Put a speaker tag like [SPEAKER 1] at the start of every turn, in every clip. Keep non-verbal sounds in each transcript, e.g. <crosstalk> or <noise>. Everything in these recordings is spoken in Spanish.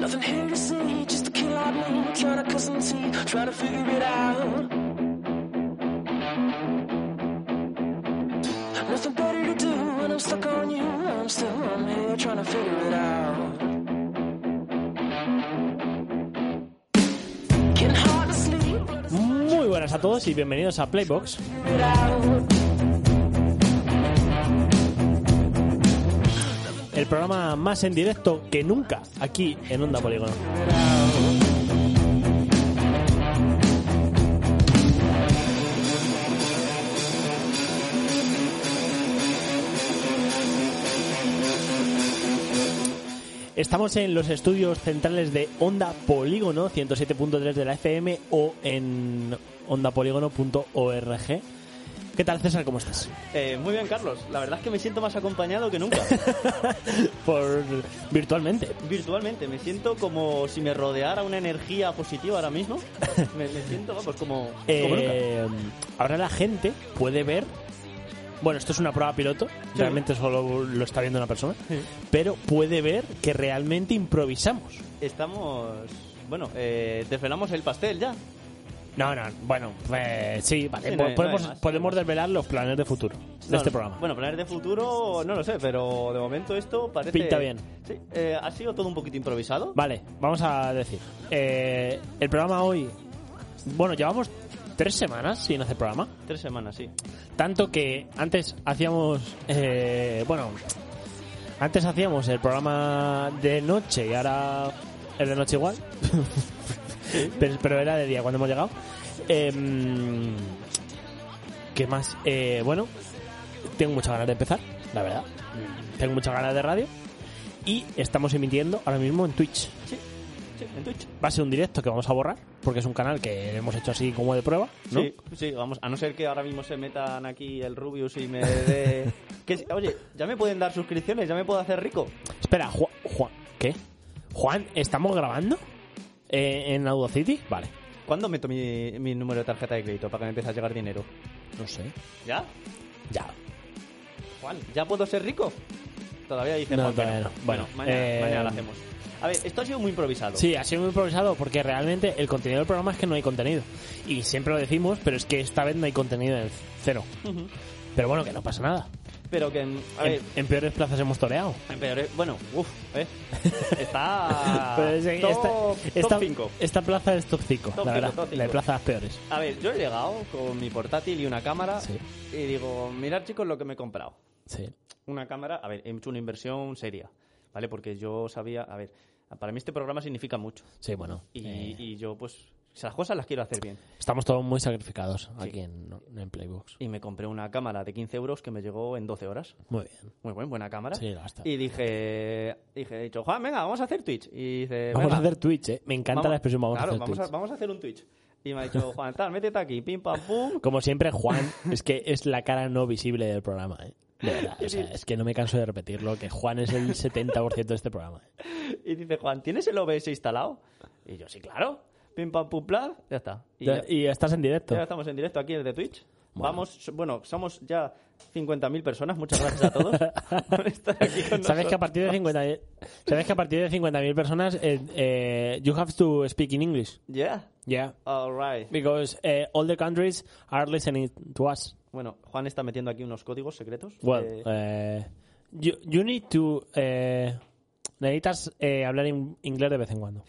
[SPEAKER 1] Nothing here to see, just a kid like me, trying to cut some tea, trying to figure it out. Nothing better to do when I'm stuck on you. I'm still, I'm here trying to figure it out. Getting hard to sleep, but it's
[SPEAKER 2] Muy buenas a todos y bienvenidos a Playbox.
[SPEAKER 1] figured out.
[SPEAKER 2] El programa más en directo que nunca aquí en Onda Polígono. Estamos en los estudios centrales de Onda Polígono 107.3 de la FM o en ondapolígono.org. ¿Qué tal César? ¿Cómo estás?
[SPEAKER 3] Eh, muy bien, Carlos. La verdad es que me siento más acompañado
[SPEAKER 2] <laughs>
[SPEAKER 3] que nunca.
[SPEAKER 2] Por virtualmente.
[SPEAKER 3] Virtualmente, me siento como si me rodeara una energía positiva ahora mismo. Me, me siento, vamos, como, como nunca.
[SPEAKER 2] Eh, ahora la gente puede ver. Bueno, esto es una prueba piloto, realmente solo lo está viendo una persona,
[SPEAKER 3] Sí.
[SPEAKER 2] pero puede ver que realmente improvisamos.
[SPEAKER 3] Estamos, bueno, eh, desvelamos el pastel ya.
[SPEAKER 2] No, no, bueno, eh, sí, vale,
[SPEAKER 3] Sí,
[SPEAKER 2] po-
[SPEAKER 3] no hay- no hay
[SPEAKER 2] podemos,
[SPEAKER 3] más,
[SPEAKER 2] podemos
[SPEAKER 3] no hay
[SPEAKER 2] desvelar los planes de futuro de
[SPEAKER 3] No,
[SPEAKER 2] este
[SPEAKER 3] no.
[SPEAKER 2] programa.
[SPEAKER 3] Bueno, planes de futuro, no lo sé, pero de momento esto parece...
[SPEAKER 2] Pinta bien.
[SPEAKER 3] Sí, eh, ha sido todo un poquito improvisado.
[SPEAKER 2] Vale, vamos a decir. eh, el programa hoy, bueno, llevamos tres semanas sin hacer programa.
[SPEAKER 3] Tres semanas, sí.
[SPEAKER 2] Tanto que antes hacíamos, eh, bueno, antes hacíamos el programa de noche y ahora el de noche igual, pero, pero era de día cuando hemos llegado. Em, ¿Qué más? Eh, bueno, tengo muchas ganas de empezar, la verdad. Tengo muchas ganas de radio y estamos emitiendo ahora mismo en Twitch.
[SPEAKER 3] Sí, sí, en Twitch.
[SPEAKER 2] Va a ser un directo que vamos a borrar porque es un canal que hemos hecho así como de prueba, ¿no?
[SPEAKER 3] Sí, sí, vamos, a no ser que ahora mismo se metan aquí el Rubius y
[SPEAKER 2] <laughs>
[SPEAKER 3] me dé... que, oye, ya me pueden dar suscripciones, ya me puedo hacer rico.
[SPEAKER 2] Espera, Juan, Juan ¿qué? Juan, ¿estamos grabando? Eh, ¿En Audacity? Vale.
[SPEAKER 3] ¿Cuándo meto mi, mi número de tarjeta de crédito para que me empiece a llegar dinero?
[SPEAKER 2] No sé.
[SPEAKER 3] ¿Ya?
[SPEAKER 2] Ya.
[SPEAKER 3] Juan, ¿ya puedo ser rico? Todavía dice
[SPEAKER 2] No,
[SPEAKER 3] Juan que
[SPEAKER 2] todavía no. Bueno,
[SPEAKER 3] Bueno, mañana,
[SPEAKER 2] eh,
[SPEAKER 3] mañana lo hacemos. A ver, esto ha sido muy improvisado.
[SPEAKER 2] Sí, ha sido muy improvisado porque realmente el contenido del programa es que no hay contenido. Y siempre lo decimos, pero es que esta vez no hay contenido en el cero.
[SPEAKER 3] Ujú.
[SPEAKER 2] Pero bueno, que no pasa nada.
[SPEAKER 3] Pero que, en- a ver,
[SPEAKER 2] En, en peores plazas hemos toreado.
[SPEAKER 3] en peor- bueno, uff,
[SPEAKER 2] <laughs>
[SPEAKER 3] eh. Está
[SPEAKER 2] Pero es que
[SPEAKER 3] Ah, top
[SPEAKER 2] esta,
[SPEAKER 3] 5.
[SPEAKER 2] esta plaza es top 5,
[SPEAKER 3] Top
[SPEAKER 2] la
[SPEAKER 3] cinco,
[SPEAKER 2] verdad.
[SPEAKER 3] top cinco.
[SPEAKER 2] La de plazas peores.
[SPEAKER 3] A ver, yo he llegado con mi portátil y una cámara
[SPEAKER 2] Sí.
[SPEAKER 3] y digo, mirad chicos lo que me he comprado.
[SPEAKER 2] Sí.
[SPEAKER 3] una cámara, a ver, he hecho una inversión seria, ¿vale? Porque yo sabía, a ver, para mí este programa significa mucho
[SPEAKER 2] Sí, bueno.
[SPEAKER 3] y,
[SPEAKER 2] eh,
[SPEAKER 3] y yo pues las cosas las quiero hacer bien.
[SPEAKER 2] estamos todos muy sacrificados aquí en, en Playbox.
[SPEAKER 3] Y me compré una cámara de 15 euros que me llegó en 12 horas.
[SPEAKER 2] Muy bien.
[SPEAKER 3] Muy buen, buena cámara.
[SPEAKER 2] Sí, lo está.
[SPEAKER 3] Y dije, dije, he dicho, Juan, venga, vamos a hacer Twitch. Y dice,
[SPEAKER 2] Vamos
[SPEAKER 3] venga,
[SPEAKER 2] a hacer Twitch, ¿eh? Me encanta la expresión vamos
[SPEAKER 3] claro,
[SPEAKER 2] a hacer
[SPEAKER 3] vamos
[SPEAKER 2] Twitch.
[SPEAKER 3] A, vamos a hacer un Twitch. Y me ha dicho, Juan, tal, métete aquí, pim, pam, pum.
[SPEAKER 2] Como siempre, Juan <laughs> es que es la cara no visible del programa, ¿eh? De verdad, o sea, es que no me canso de repetirlo, que Juan es el 70% de este programa. ¿eh?
[SPEAKER 3] Y dice, Juan, ¿tienes el OBS instalado? Y yo, sí, claro. Pim, pam, pum, plan, ya está. Y ya-
[SPEAKER 2] Y estás en directo.
[SPEAKER 3] Ya estamos en directo aquí desde Twitch.
[SPEAKER 2] Bueno.
[SPEAKER 3] Vamos, so- bueno, somos ya 50.000 personas. Muchas gracias
[SPEAKER 2] <laughs>
[SPEAKER 3] a todos <laughs> por estar aquí
[SPEAKER 2] ¿Sabes
[SPEAKER 3] con nosotros.
[SPEAKER 2] que, a partir de 50, y- ¿Sabes que a partir de 50.000 personas, eh, eh, you have to speak in English?
[SPEAKER 3] Yeah,
[SPEAKER 2] Yeah.
[SPEAKER 3] all right.
[SPEAKER 2] Because eh, all the countries are listening to us.
[SPEAKER 3] Bueno, Juan está metiendo aquí unos códigos secretos.
[SPEAKER 2] Well,
[SPEAKER 3] Eh,
[SPEAKER 2] eh, you, you need to... eh, necesitas eh, hablar en inglés de vez en cuando.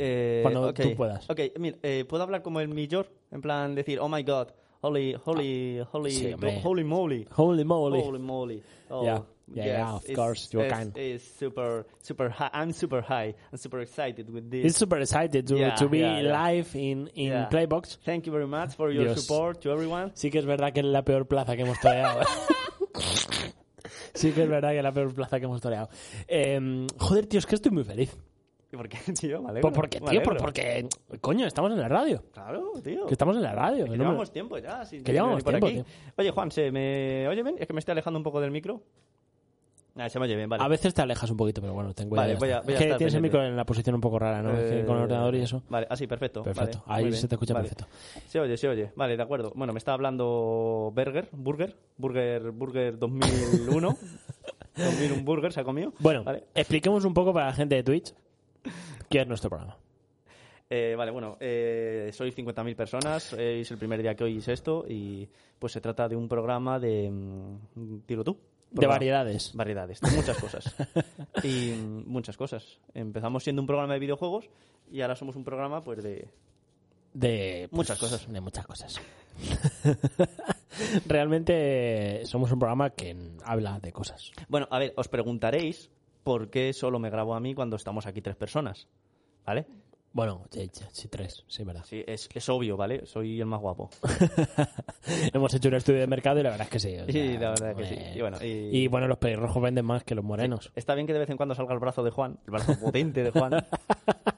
[SPEAKER 3] eh,
[SPEAKER 2] cuando
[SPEAKER 3] ok.
[SPEAKER 2] tú puedas.
[SPEAKER 3] Ok, mira, eh, ¿puedo hablar como el millor? En plan decir, oh my god, holy, holy, holy,
[SPEAKER 2] sí, hombre.
[SPEAKER 3] holy moly.
[SPEAKER 2] Holy moly.
[SPEAKER 3] Holy moly. Oh,
[SPEAKER 2] Yeah. Yeah, yeah, of
[SPEAKER 3] it's-
[SPEAKER 2] course, you're
[SPEAKER 3] it's-
[SPEAKER 2] kind.
[SPEAKER 3] It's super, super high. I'm super high. I'm super excited with this.
[SPEAKER 2] He's super excited to,
[SPEAKER 3] Yeah,
[SPEAKER 2] to be
[SPEAKER 3] yeah, yeah.
[SPEAKER 2] live in, in
[SPEAKER 3] Yeah.
[SPEAKER 2] Playbox.
[SPEAKER 3] Thank you very much for your
[SPEAKER 2] Dios.
[SPEAKER 3] support to everyone.
[SPEAKER 2] Sí que es verdad que es la peor plaza que hemos
[SPEAKER 3] <laughs>
[SPEAKER 2] toreado. sí que es verdad que es la peor plaza que hemos toreado. Eh, joder, tío, es que estoy muy feliz.
[SPEAKER 3] ¿Y por qué, <laughs> tío? Me alegro,
[SPEAKER 2] Por, porque,
[SPEAKER 3] me
[SPEAKER 2] tío, por-
[SPEAKER 3] alegro.
[SPEAKER 2] porque, coño, estamos en la radio.
[SPEAKER 3] Claro, tío.
[SPEAKER 2] Que estamos en la radio.
[SPEAKER 3] Que
[SPEAKER 2] no me-
[SPEAKER 3] llevamos tiempo ya. sin-
[SPEAKER 2] Que
[SPEAKER 3] sin
[SPEAKER 2] llevamos
[SPEAKER 3] venir por
[SPEAKER 2] tiempo,
[SPEAKER 3] aquí. Oye, Juan, ¿se me oye bien? Es que me estoy alejando un poco del micro. Ah, se me oye bien, vale.
[SPEAKER 2] A veces te alejas un poquito, pero bueno, ten cuidado.
[SPEAKER 3] Vale,
[SPEAKER 2] ya
[SPEAKER 3] voy a-
[SPEAKER 2] está.
[SPEAKER 3] voy a
[SPEAKER 2] Es que
[SPEAKER 3] estar
[SPEAKER 2] tienes el
[SPEAKER 3] pendiente.
[SPEAKER 2] micro en la posición un poco rara, ¿no? Es que Con el
[SPEAKER 3] Eh,
[SPEAKER 2] ordenador y eso.
[SPEAKER 3] Vale, así, perfecto.
[SPEAKER 2] Perfecto.
[SPEAKER 3] vale,
[SPEAKER 2] Ahí
[SPEAKER 3] muy
[SPEAKER 2] se
[SPEAKER 3] bien,
[SPEAKER 2] te escucha
[SPEAKER 3] vale.
[SPEAKER 2] perfecto.
[SPEAKER 3] Se oye, se oye. Vale, de acuerdo.
[SPEAKER 2] <laughs>
[SPEAKER 3] Bueno, me está hablando Burger, Burger, Burger, Burger 2001. Comer un burger se ha comido.
[SPEAKER 2] Bueno,
[SPEAKER 3] Vale.
[SPEAKER 2] expliquemos un poco para la gente de Twitch qué es nuestro programa.
[SPEAKER 3] Eh, vale, bueno, eh, sois 50.000 personas, eh, es el primer día que oís esto y pues se trata de un programa de... mm, Dilo tú.
[SPEAKER 2] De
[SPEAKER 3] Programa.
[SPEAKER 2] variedades.
[SPEAKER 3] Variedades, de muchas cosas. y mm, muchas cosas. Empezamos siendo un programa de videojuegos y ahora somos un programa pues de...
[SPEAKER 2] De pues,
[SPEAKER 3] Muchas cosas.
[SPEAKER 2] De muchas cosas. <laughs> Realmente eh, somos un programa que habla de cosas.
[SPEAKER 3] Bueno, a ver, os preguntaréis por qué solo me grabo a mí cuando estamos aquí tres personas. ¿Vale?
[SPEAKER 2] Bueno, sí, sí, sí, tres, sí, verdad.
[SPEAKER 3] Sí, es, es obvio, ¿vale? Soy el más guapo.
[SPEAKER 2] <laughs> Hemos hecho un estudio de mercado y la verdad es que sí. o
[SPEAKER 3] Sí,
[SPEAKER 2] sea,
[SPEAKER 3] la verdad que sí.
[SPEAKER 2] eh,
[SPEAKER 3] Y bueno, y-
[SPEAKER 2] y bueno, los pelirrojos venden más que los morenos.
[SPEAKER 3] Está bien que de vez en cuando salga el brazo de Juan, el brazo potente de Juan.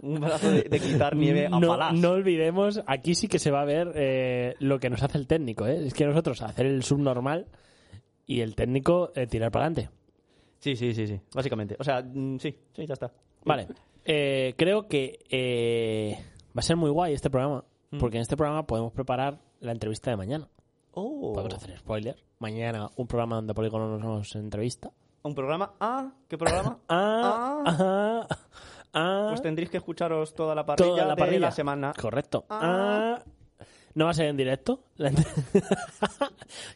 [SPEAKER 3] un brazo de, de quitar nieve a
[SPEAKER 2] No,
[SPEAKER 3] palás.
[SPEAKER 2] no olvidemos, aquí sí que se va a ver eh, lo que nos hace el técnico. ¿eh? Es que nosotros hacer el subnormal y el técnico eh, tirar para adelante.
[SPEAKER 3] Sí, sí, sí, sí. Básicamente. O sea, mm, sí, sí, ya está.
[SPEAKER 2] Vale, eh, creo que eh, va a ser muy guay este programa,
[SPEAKER 3] Mm.
[SPEAKER 2] porque en este programa podemos preparar la entrevista de mañana.
[SPEAKER 3] Oh.
[SPEAKER 2] Podemos hacer spoiler. Mañana un programa donde Polígono nos entrevista.
[SPEAKER 3] Un programa. Ah, ¿qué programa?
[SPEAKER 2] Ah, ah, ah,
[SPEAKER 3] Pues tendréis que escucharos toda la parrilla
[SPEAKER 2] toda la
[SPEAKER 3] de
[SPEAKER 2] parrilla.
[SPEAKER 3] la semana.
[SPEAKER 2] Correcto.
[SPEAKER 3] Ah.
[SPEAKER 2] Ah. ¿No va a ser en directo? <laughs> La entre-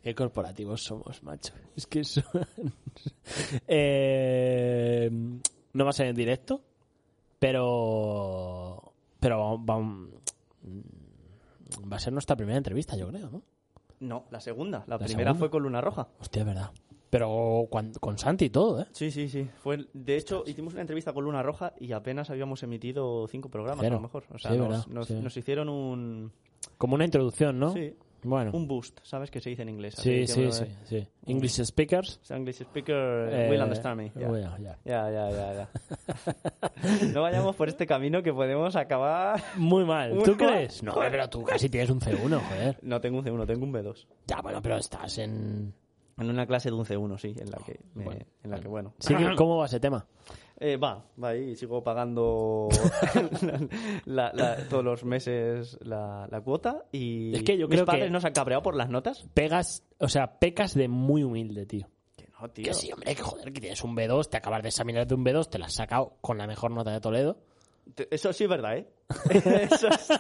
[SPEAKER 2] Qué corporativos somos, macho. Es que son... <laughs> Eh, no va a ser en directo, pero... Pero va, va- va a ser nuestra primera entrevista, yo creo, ¿no?
[SPEAKER 3] No, la segunda. La,
[SPEAKER 2] ¿La
[SPEAKER 3] primera
[SPEAKER 2] segunda?
[SPEAKER 3] fue con Luna Roja.
[SPEAKER 2] Hostia, es verdad. Pero con, con Santi y todo, ¿eh?
[SPEAKER 3] Sí, sí, sí. Fue, de hecho, hicimos una entrevista con Luna Roja y apenas habíamos emitido cinco programas,
[SPEAKER 2] Cero.
[SPEAKER 3] a lo mejor. O sea,
[SPEAKER 2] Sí,
[SPEAKER 3] nos,
[SPEAKER 2] verdad,
[SPEAKER 3] nos-
[SPEAKER 2] sí.
[SPEAKER 3] nos hicieron un,
[SPEAKER 2] Como una introducción, ¿no?
[SPEAKER 3] sí,
[SPEAKER 2] Bueno.
[SPEAKER 3] un boost, ¿sabes? Que se dice en inglés.
[SPEAKER 2] Sí,
[SPEAKER 3] así
[SPEAKER 2] sí,
[SPEAKER 3] que,
[SPEAKER 2] sí,
[SPEAKER 3] eh,
[SPEAKER 2] sí. English speakers.
[SPEAKER 3] so English speaker
[SPEAKER 2] eh,
[SPEAKER 3] will understand me. Yeah.
[SPEAKER 2] will, yeah.
[SPEAKER 3] Ya, ya, ya, ya. no vayamos por este camino que podemos acabar.
[SPEAKER 2] Muy mal.
[SPEAKER 3] Muy
[SPEAKER 2] ¿Tú
[SPEAKER 3] mal.
[SPEAKER 2] crees? No, pero tú casi tienes un C1, joder.
[SPEAKER 3] No tengo un C1, tengo un B2.
[SPEAKER 2] Ya, bueno, pero estás en...
[SPEAKER 3] En una clase de un C1, sí, en la que, me-
[SPEAKER 2] Bueno.
[SPEAKER 3] en la que bueno.
[SPEAKER 2] Sí, que- ¿Cómo va ese tema?
[SPEAKER 3] Eh, va, va ahí, sigo
[SPEAKER 2] <laughs>
[SPEAKER 3] pagando la- la- todos los meses la, la cuota y
[SPEAKER 2] Es que yo
[SPEAKER 3] mis
[SPEAKER 2] creo que-
[SPEAKER 3] padres no se han cabreado por las notas.
[SPEAKER 2] Pegas, o sea, pecas de muy humilde, tío.
[SPEAKER 3] Que no, tío.
[SPEAKER 2] Que sí, hombre, que joder, que tienes un B2, te acabas de examinar de un B2, te la has sacado con la mejor nota de Toledo.
[SPEAKER 3] Te- Eso sí es verdad,
[SPEAKER 2] <laughs>
[SPEAKER 3] ¿eh? Eso es-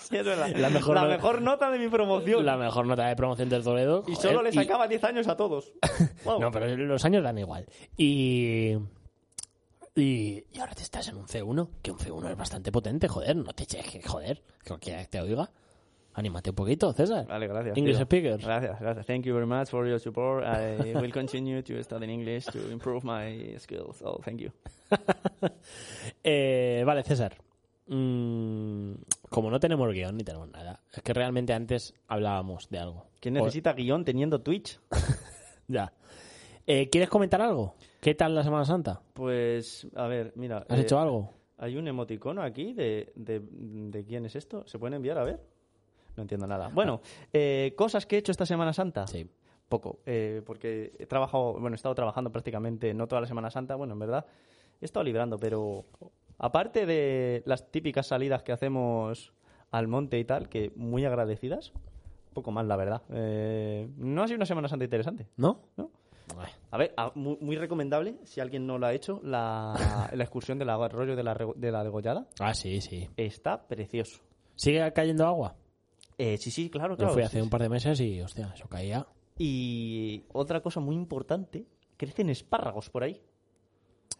[SPEAKER 3] sí es verdad.
[SPEAKER 2] La mejor no-
[SPEAKER 3] nota de mi promoción.
[SPEAKER 2] La mejor nota de promoción del Toledo.
[SPEAKER 3] Y
[SPEAKER 2] joder,
[SPEAKER 3] solo le sacaba 10 años
[SPEAKER 2] <laughs>
[SPEAKER 3] a todos. Wow.
[SPEAKER 2] No, pero los años dan igual. Y... Y, y ahora te estás en un C1, que un C1 es bastante potente, joder, no te eches, que- joder, que cualquiera que te oiga. Anímate un poquito, César.
[SPEAKER 3] Vale, gracias.
[SPEAKER 2] English
[SPEAKER 3] tío.
[SPEAKER 2] speakers.
[SPEAKER 3] Gracias, gracias. Thank you very much for your support. I will continue to study English to improve my skills. Oh, thank you.
[SPEAKER 2] Eh, vale, César. Mm, como no tenemos guión ni tenemos nada, es que realmente antes hablábamos de algo.
[SPEAKER 3] ¿Quién
[SPEAKER 2] O-
[SPEAKER 3] necesita guión teniendo Twitch?
[SPEAKER 2] ya. Eh, ¿Quieres comentar algo? ¿Qué tal la Semana Santa?
[SPEAKER 3] Pues, a ver, mira.
[SPEAKER 2] ¿Has
[SPEAKER 3] eh,
[SPEAKER 2] hecho algo?
[SPEAKER 3] Hay un emoticono aquí de, de, de quién es esto. ¿Se puede enviar? A ver. No entiendo nada. Bueno, eh, cosas que he hecho esta Semana Santa.
[SPEAKER 2] Sí.
[SPEAKER 3] Poco, eh, porque he trabajado, bueno, he estado trabajando prácticamente no toda la Semana Santa, bueno, en verdad he estado librando, pero aparte de las típicas salidas que hacemos al monte y tal, que muy agradecidas, poco más, la verdad. Eh, no ha sido una Semana Santa interesante,
[SPEAKER 2] ¿No?
[SPEAKER 3] ¿no?
[SPEAKER 2] Bueno,
[SPEAKER 3] A ver, a- muy, muy recomendable, si alguien no lo ha hecho, la, la excursión del arroyo de la, rego- de la degollada.
[SPEAKER 2] Ah, sí, sí.
[SPEAKER 3] Está precioso.
[SPEAKER 2] ¿Sigue cayendo agua?
[SPEAKER 3] Eh, sí, sí, claro,
[SPEAKER 2] Yo
[SPEAKER 3] claro.
[SPEAKER 2] fui
[SPEAKER 3] sí,
[SPEAKER 2] hace un par de meses y, hostia, eso caía.
[SPEAKER 3] Y otra cosa muy importante, crecen espárragos por ahí.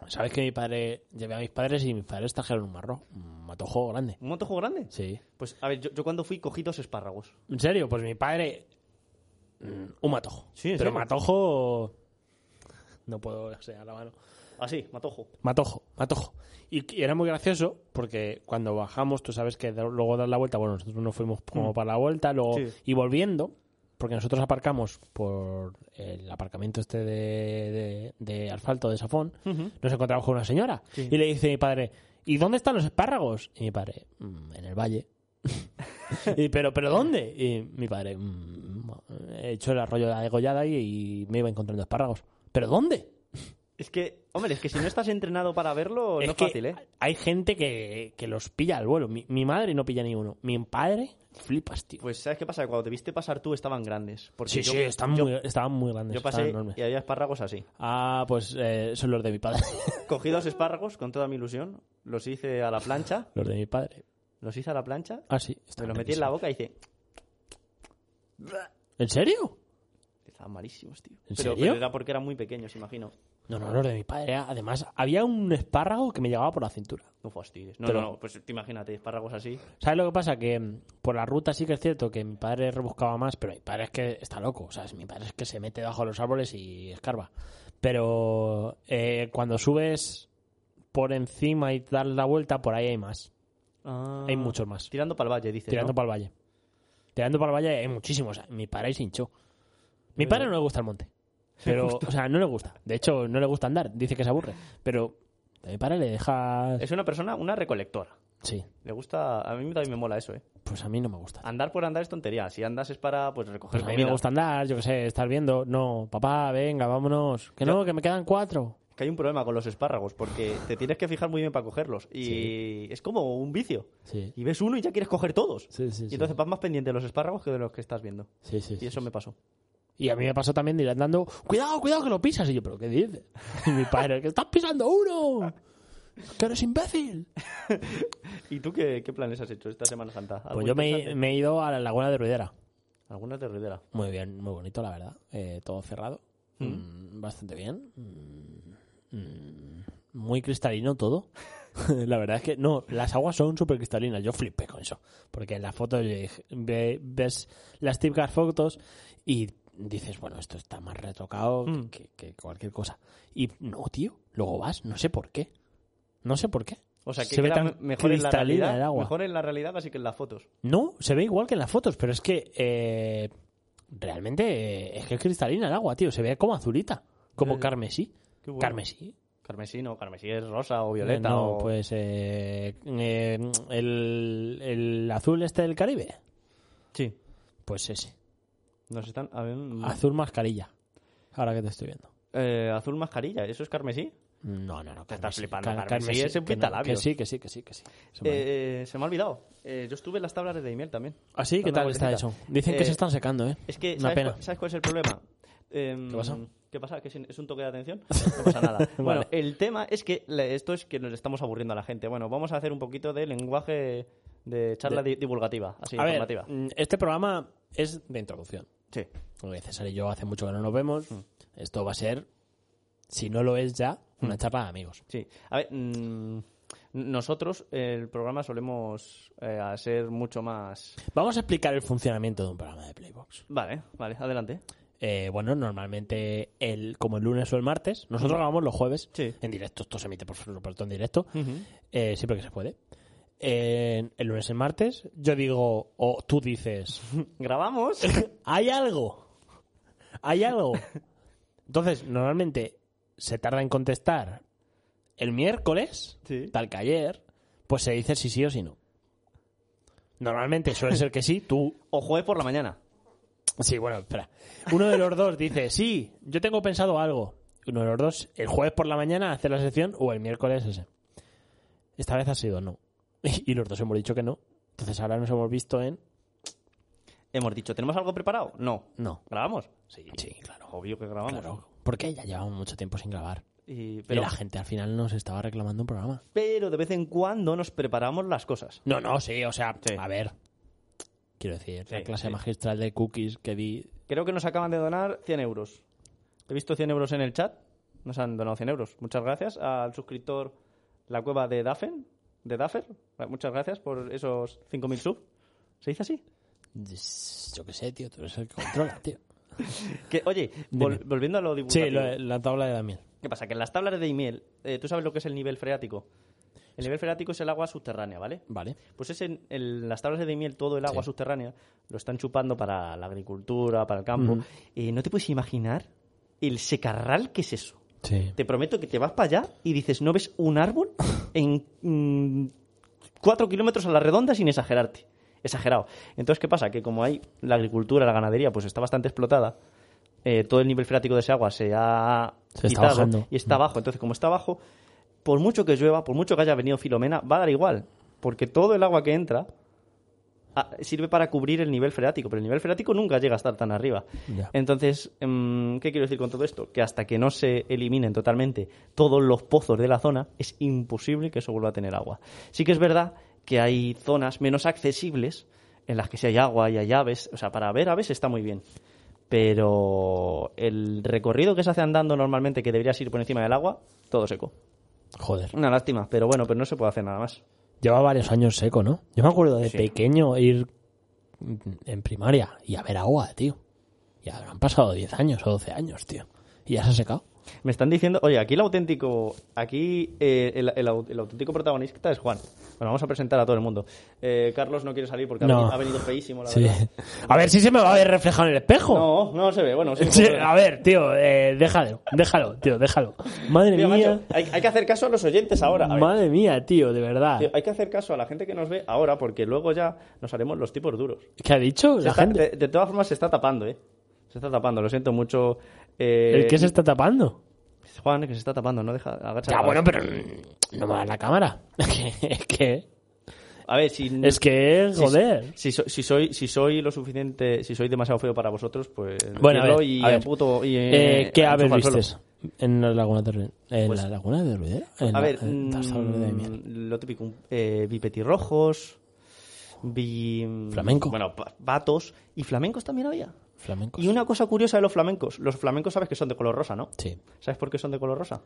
[SPEAKER 2] ¿Sabes que mi padre... Llevé a mis padres y mis padres trajeron un marro. Un matojo grande.
[SPEAKER 3] ¿Un motojo grande?
[SPEAKER 2] Sí.
[SPEAKER 3] Pues a ver, yo, yo cuando fui cogí dos espárragos.
[SPEAKER 2] ¿En serio? Pues mi padre. mm, Un matojo.
[SPEAKER 3] Sí, en
[SPEAKER 2] Pero
[SPEAKER 3] serio.
[SPEAKER 2] matojo. No puedo, o sea, la mano.
[SPEAKER 3] Así, matojo.
[SPEAKER 2] Matojo, matojo. Y, y era muy gracioso porque cuando bajamos, tú sabes que da- luego das la vuelta. Bueno, nosotros nos fuimos como para la vuelta, luego.
[SPEAKER 3] Mm. Sí.
[SPEAKER 2] Y volviendo, porque nosotros aparcamos por el aparcamiento este de, de- de asfalto de Safón, nos encontramos con una señora.
[SPEAKER 3] Sí.
[SPEAKER 2] Y le dice mi padre, ¿y dónde están los espárragos? Y mi padre, "Mm, en el
[SPEAKER 3] <laughs>
[SPEAKER 2] valle. y, pero, ¿pero dónde? Y mi padre, "Mm, he hecho el arroyo de la degollada y, y me iba encontrando espárragos. ¿Pero dónde?
[SPEAKER 3] Es que, hombre, es que si no estás entrenado para verlo,
[SPEAKER 2] Es
[SPEAKER 3] no es
[SPEAKER 2] que
[SPEAKER 3] fácil, ¿eh?
[SPEAKER 2] Hay gente que, que los pilla al vuelo. Mi, mi madre no pilla ni uno. Mi padre, flipas, tío.
[SPEAKER 3] Pues, ¿sabes qué pasa? Que Cuando te viste pasar tú estaban grandes. Porque
[SPEAKER 2] sí,
[SPEAKER 3] yo-
[SPEAKER 2] sí, están
[SPEAKER 3] yo-
[SPEAKER 2] muy, estaban muy grandes.
[SPEAKER 3] Yo
[SPEAKER 2] estaban
[SPEAKER 3] pasé
[SPEAKER 2] enormes.
[SPEAKER 3] y había espárragos así.
[SPEAKER 2] Ah, pues eh, son los de mi padre. <laughs>
[SPEAKER 3] Cogí dos espárragos con toda mi ilusión, los hice a la plancha,
[SPEAKER 2] los de mi padre.
[SPEAKER 3] los hice a la plancha,
[SPEAKER 2] Ah, sí.
[SPEAKER 3] me
[SPEAKER 2] estaban
[SPEAKER 3] los metí en la
[SPEAKER 2] riquísimos.
[SPEAKER 3] boca y hice...
[SPEAKER 2] ¿En serio?
[SPEAKER 3] Estaban malísimos, tío.
[SPEAKER 2] ¿En
[SPEAKER 3] pero,
[SPEAKER 2] serio?
[SPEAKER 3] pero era porque eran muy pequeños, imagino.
[SPEAKER 2] No, no, los de mi padre. ah, Además, había un espárrago que me llegaba por la cintura.
[SPEAKER 3] No fastidies. No,
[SPEAKER 2] Pero-
[SPEAKER 3] no, no, pues te imagínate, espárragos así.
[SPEAKER 2] ¿Sabes lo que pasa? Que mm, por la ruta sí que es cierto que mi padre rebuscaba más, pero mi padre es que está loco. ¿sabes? Mi padre es que se mete debajo de los árboles y escarba. Pero eh, cuando subes por encima y das la vuelta, por ahí hay más. Hay muchos más.
[SPEAKER 3] Tirando para el valle, dices,
[SPEAKER 2] Ah. Tirando
[SPEAKER 3] Ah. ¿no?
[SPEAKER 2] para el valle. Tirando para el valle hay muchísimos. O sea, mi padre se hinchó. Mi padre no le gusta el
[SPEAKER 3] <laughs>
[SPEAKER 2] monte. Pero, o sea, no le gusta. De hecho, no le gusta andar. Dice que se aburre. Pero a mi padre le deja...
[SPEAKER 3] Es una persona, una recolectora.
[SPEAKER 2] Sí,
[SPEAKER 3] Le gusta... A mí también me mola eso, ¿eh?
[SPEAKER 2] pues a mí no me gusta.
[SPEAKER 3] Andar por andar es tontería. Si andas es para, pues, recoger
[SPEAKER 2] Pues a mí me
[SPEAKER 3] comida.
[SPEAKER 2] gusta andar, yo qué sé, estar viendo. No, papá, venga, vámonos. Que no, que me quedan cuatro.
[SPEAKER 3] que hay un problema con los espárragos, porque te tienes que fijar muy bien para cogerlos. Y es como un vicio.
[SPEAKER 2] Sí.
[SPEAKER 3] Y ves uno y ya quieres coger todos.
[SPEAKER 2] Sí, sí,
[SPEAKER 3] y
[SPEAKER 2] sí.
[SPEAKER 3] entonces vas más pendiente de los espárragos que de los que estás viendo.
[SPEAKER 2] Sí, sí,
[SPEAKER 3] Y eso me pasó.
[SPEAKER 2] Y a mí me pasó también de ir andando, cuidado, cuidado que lo pisas. Y yo, ¿pero qué dices? Y mi padre, que estás pisando uno. Que eres <laughs> imbécil.
[SPEAKER 3] ¿Y tú qué, qué planes has hecho esta Semana Santa? ¿Algo
[SPEAKER 2] Pues yo me,
[SPEAKER 3] interesante?
[SPEAKER 2] me he ido a la laguna de Ruidera.
[SPEAKER 3] Algunas de Ruidera.
[SPEAKER 2] Muy bien, muy bonito, la verdad. Eh, todo cerrado. Mm, bastante bien. Mm, mm, muy cristalino todo. <laughs> la verdad es que no, las aguas son súper cristalinas. Yo flipé con eso. Porque en la foto yo dije- ve- ves las típicas fotos y dices, bueno, esto está más retocado que-
[SPEAKER 3] Mm.
[SPEAKER 2] que, que cualquier cosa. Y no, tío, luego vas, no sé por qué. No sé por qué.
[SPEAKER 3] O sea, que
[SPEAKER 2] Se ve
[SPEAKER 3] queda
[SPEAKER 2] tan
[SPEAKER 3] me- mejor en la
[SPEAKER 2] cristalina
[SPEAKER 3] realidad.
[SPEAKER 2] el agua.
[SPEAKER 3] Mejor en la realidad, así que en las fotos.
[SPEAKER 2] No, se ve igual que en las fotos, pero es que eh, realmente eh, es que es cristalina el agua, tío. Se ve como azulita, como
[SPEAKER 3] Ya, ya.
[SPEAKER 2] carmesí.
[SPEAKER 3] Qué Eh, bueno.
[SPEAKER 2] Carmesí.
[SPEAKER 3] Carmesí no, carmesí es rosa o violeta.
[SPEAKER 2] no,
[SPEAKER 3] o-
[SPEAKER 2] pues eh, eh, el, el azul este del Caribe,
[SPEAKER 3] Sí.
[SPEAKER 2] pues ese.
[SPEAKER 3] Nos están. a ver, mm,
[SPEAKER 2] Azul mascarilla. Ahora que te estoy viendo.
[SPEAKER 3] eh, azul mascarilla, ¿eso es carmesí?
[SPEAKER 2] No, no, no.
[SPEAKER 3] Te estás
[SPEAKER 2] carmesí.
[SPEAKER 3] flipando, carmesí, ese
[SPEAKER 2] que, no, que
[SPEAKER 3] pintalabios.
[SPEAKER 2] sí, que sí, que sí, que sí. Se me ha ido.
[SPEAKER 3] Eh, eh, se me ha olvidado. Eh, yo estuve en las tablas de Daimiel también.
[SPEAKER 2] ¿Ah, sí? ¿Qué tal
[SPEAKER 3] dame
[SPEAKER 2] está
[SPEAKER 3] vueltecita.
[SPEAKER 2] eso? Dicen que
[SPEAKER 3] Eh,
[SPEAKER 2] se están secando, ¿eh?
[SPEAKER 3] Es que,
[SPEAKER 2] Una
[SPEAKER 3] ¿sabes,
[SPEAKER 2] pena.
[SPEAKER 3] Cuál, sabes cuál es el problema? Em,
[SPEAKER 2] ¿Qué pasa?
[SPEAKER 3] ¿Qué pasa? ¿Que es- es un toque de atención? No pasa
[SPEAKER 2] <laughs>
[SPEAKER 3] nada. Bueno,
[SPEAKER 2] Vale.
[SPEAKER 3] el tema es que le- esto es que nos estamos aburriendo a la gente. Bueno, vamos a hacer un poquito de lenguaje de charla di- divulgativa, así,
[SPEAKER 2] a ver,
[SPEAKER 3] informativa.
[SPEAKER 2] mm, este programa es de introducción.
[SPEAKER 3] Sí.
[SPEAKER 2] Porque César y yo hace mucho que no nos vemos. Esto va a ser, si no lo es ya, una charla de amigos.
[SPEAKER 3] Sí. A ver, mm, nosotros el programa solemos eh, hacer mucho más...
[SPEAKER 2] Vamos a explicar el funcionamiento de un programa de Playbox.
[SPEAKER 3] Vale, vale, adelante.
[SPEAKER 2] Eh, bueno, normalmente el, como el lunes o el martes, nosotros grabamos los jueves
[SPEAKER 3] Sí.
[SPEAKER 2] en directo. Esto se emite por supuesto en directo, eh, siempre que se puede. En- el lunes y el martes, yo digo, o tú dices,
[SPEAKER 3] ¿Grabamos? <laughs>
[SPEAKER 2] hay algo. Hay algo. Entonces, normalmente se tarda en contestar el miércoles,
[SPEAKER 3] Sí.
[SPEAKER 2] tal que ayer, pues se dice si sí o si no. Normalmente suele ser que sí, tú.
[SPEAKER 3] o jueves por la mañana.
[SPEAKER 2] Sí, bueno, espera. Uno de los dos dice, sí, yo tengo pensado algo. Uno de los dos, el jueves por la mañana hace la sección o el miércoles ese. Esta vez ha sido no. <laughs> Y los dos hemos dicho que no. Entonces ahora nos hemos visto en
[SPEAKER 3] Hemos dicho, ¿tenemos algo preparado? No.
[SPEAKER 2] no.
[SPEAKER 3] ¿Grabamos?
[SPEAKER 2] Sí, claro.
[SPEAKER 3] Obvio que grabamos.
[SPEAKER 2] Claro, porque ya llevamos mucho tiempo sin grabar.
[SPEAKER 3] Y-
[SPEAKER 2] Pero
[SPEAKER 3] pero,
[SPEAKER 2] la gente al final nos estaba reclamando un programa.
[SPEAKER 3] pero de vez en cuando nos preparamos las cosas.
[SPEAKER 2] No, no, sí, o sea,
[SPEAKER 3] Sí.
[SPEAKER 2] a ver. Quiero decir, la
[SPEAKER 3] Sí,
[SPEAKER 2] clase
[SPEAKER 3] sí.
[SPEAKER 2] magistral de cookies que di.
[SPEAKER 3] Creo que nos acaban de donar 100 euros. He visto 100 euros en el chat. Nos han donado 100 euros. Muchas gracias al suscriptor La Cueva de Daffen. De Daffer. Muchas gracias por esos 5.000 subs. ¿Se dice así?
[SPEAKER 2] Yo qué sé, tío, tú eres el que controla, tío.
[SPEAKER 3] Que, oye, vol- volviendo a lo
[SPEAKER 2] <laughs>
[SPEAKER 3] divulgativo.
[SPEAKER 2] Sí, lo- la tabla de la miel.
[SPEAKER 3] ¿Qué pasa? Que en las tablas de Daimiel, eh, ¿tú sabes lo que es el nivel freático? El nivel freático es el agua subterránea, ¿vale?
[SPEAKER 2] Vale.
[SPEAKER 3] Pues es en, en las tablas de Daimiel todo el agua
[SPEAKER 2] Sí.
[SPEAKER 3] subterránea lo están chupando para la agricultura, para el campo.
[SPEAKER 2] Ujú.
[SPEAKER 3] Eh, ¿No te puedes imaginar el secarral que es eso?
[SPEAKER 2] Sí.
[SPEAKER 3] Te prometo que te vas para allá y dices, ¿no ves un árbol en mm, cuatro kilómetros a la redonda sin exagerarte? Exagerado. Entonces, ¿qué pasa? Que como hay la agricultura, la ganadería, pues está bastante explotada, eh, todo el nivel freático de ese agua se ha
[SPEAKER 2] Se está
[SPEAKER 3] quitado
[SPEAKER 2] bajando.
[SPEAKER 3] y está bajo. Entonces, como está bajo, por mucho que llueva, por mucho que haya venido Filomena, va a dar igual, porque todo el agua que entra ah, sirve para cubrir el nivel freático, pero el nivel freático nunca llega a estar tan arriba.
[SPEAKER 2] Ya.
[SPEAKER 3] Entonces, mm, ¿qué quiero decir con todo esto? Que hasta que no se eliminen totalmente todos los pozos de la zona, es imposible que eso vuelva a tener agua. Sí que es verdad que hay zonas menos accesibles en las que si hay agua y hay aves, o sea, para ver aves está muy bien. Pero el recorrido que se hace andando normalmente, que deberías ir por encima del agua, todo seco.
[SPEAKER 2] Joder.
[SPEAKER 3] Una lástima, pero bueno, pero no se puede hacer nada más.
[SPEAKER 2] Lleva varios años seco, ¿no? Yo me acuerdo de
[SPEAKER 3] Sí.
[SPEAKER 2] pequeño ir en primaria y a ver agua, tío. Y habrán pasado 10 años o 12 años, tío. Y ya se ha secado.
[SPEAKER 3] Me están diciendo, oye, aquí el auténtico, aquí eh, el, el au- el auténtico protagonista es Juan. Bueno, vamos a presentar a todo el mundo. Eh, Carlos no quiere salir porque ha
[SPEAKER 2] No.
[SPEAKER 3] veni- ha venido feísimo, la
[SPEAKER 2] Sí.
[SPEAKER 3] verdad.
[SPEAKER 2] <laughs> A ver si se me va a ver reflejado en el espejo.
[SPEAKER 3] No, no se ve, bueno, sí.
[SPEAKER 2] Sí, ah,
[SPEAKER 3] poco-
[SPEAKER 2] a ver, tío, eh, déjalo, déjalo, tío, déjalo. Madre
[SPEAKER 3] Tío,
[SPEAKER 2] mía,
[SPEAKER 3] macho, hay, hay que hacer caso a los oyentes ahora. A ver,
[SPEAKER 2] madre mía, tío, de verdad.
[SPEAKER 3] tío, hay que hacer caso a la gente que nos ve ahora porque luego ya nos haremos los tipos duros.
[SPEAKER 2] ¿Qué ha dicho
[SPEAKER 3] Se
[SPEAKER 2] la
[SPEAKER 3] está-
[SPEAKER 2] gente?
[SPEAKER 3] de, de todas formas, se está tapando, ¿eh? Se está tapando, lo siento mucho. eh,
[SPEAKER 2] ¿El que se está tapando?
[SPEAKER 3] Juan, que se está tapando, no deja. agacha
[SPEAKER 2] Ya,
[SPEAKER 3] la
[SPEAKER 2] bueno,
[SPEAKER 3] cabeza.
[SPEAKER 2] pero mm, no me da la cámara. <laughs> es que,
[SPEAKER 3] A ver, si.
[SPEAKER 2] es que,
[SPEAKER 3] si-
[SPEAKER 2] joder.
[SPEAKER 3] Si, so- si soy, si soy lo suficiente, si soy demasiado feo para vosotros, pues.
[SPEAKER 2] Bueno, a
[SPEAKER 3] decidlo
[SPEAKER 2] ver,
[SPEAKER 3] y
[SPEAKER 2] a ver.
[SPEAKER 3] puto- y,
[SPEAKER 2] Eh,
[SPEAKER 3] eh,
[SPEAKER 2] ¿Qué
[SPEAKER 3] enchufa
[SPEAKER 2] aves
[SPEAKER 3] al suelo.
[SPEAKER 2] vistes en la laguna de Ruidera? ¿En
[SPEAKER 3] Pues-
[SPEAKER 2] la laguna de Ruidera? En
[SPEAKER 3] A
[SPEAKER 2] la- eh,
[SPEAKER 3] ver,
[SPEAKER 2] en la laguna de miel.
[SPEAKER 3] mm, lo típico, eh, vi petirrojos, vi... mm,
[SPEAKER 2] Flamenco.
[SPEAKER 3] Bueno, pa- patos. ¿Y flamencos también había?
[SPEAKER 2] Flamencos.
[SPEAKER 3] Y una cosa curiosa de los flamencos. Los flamencos sabes que son de color rosa, ¿no?
[SPEAKER 2] Sí,
[SPEAKER 3] ¿Sabes por qué son de color rosa?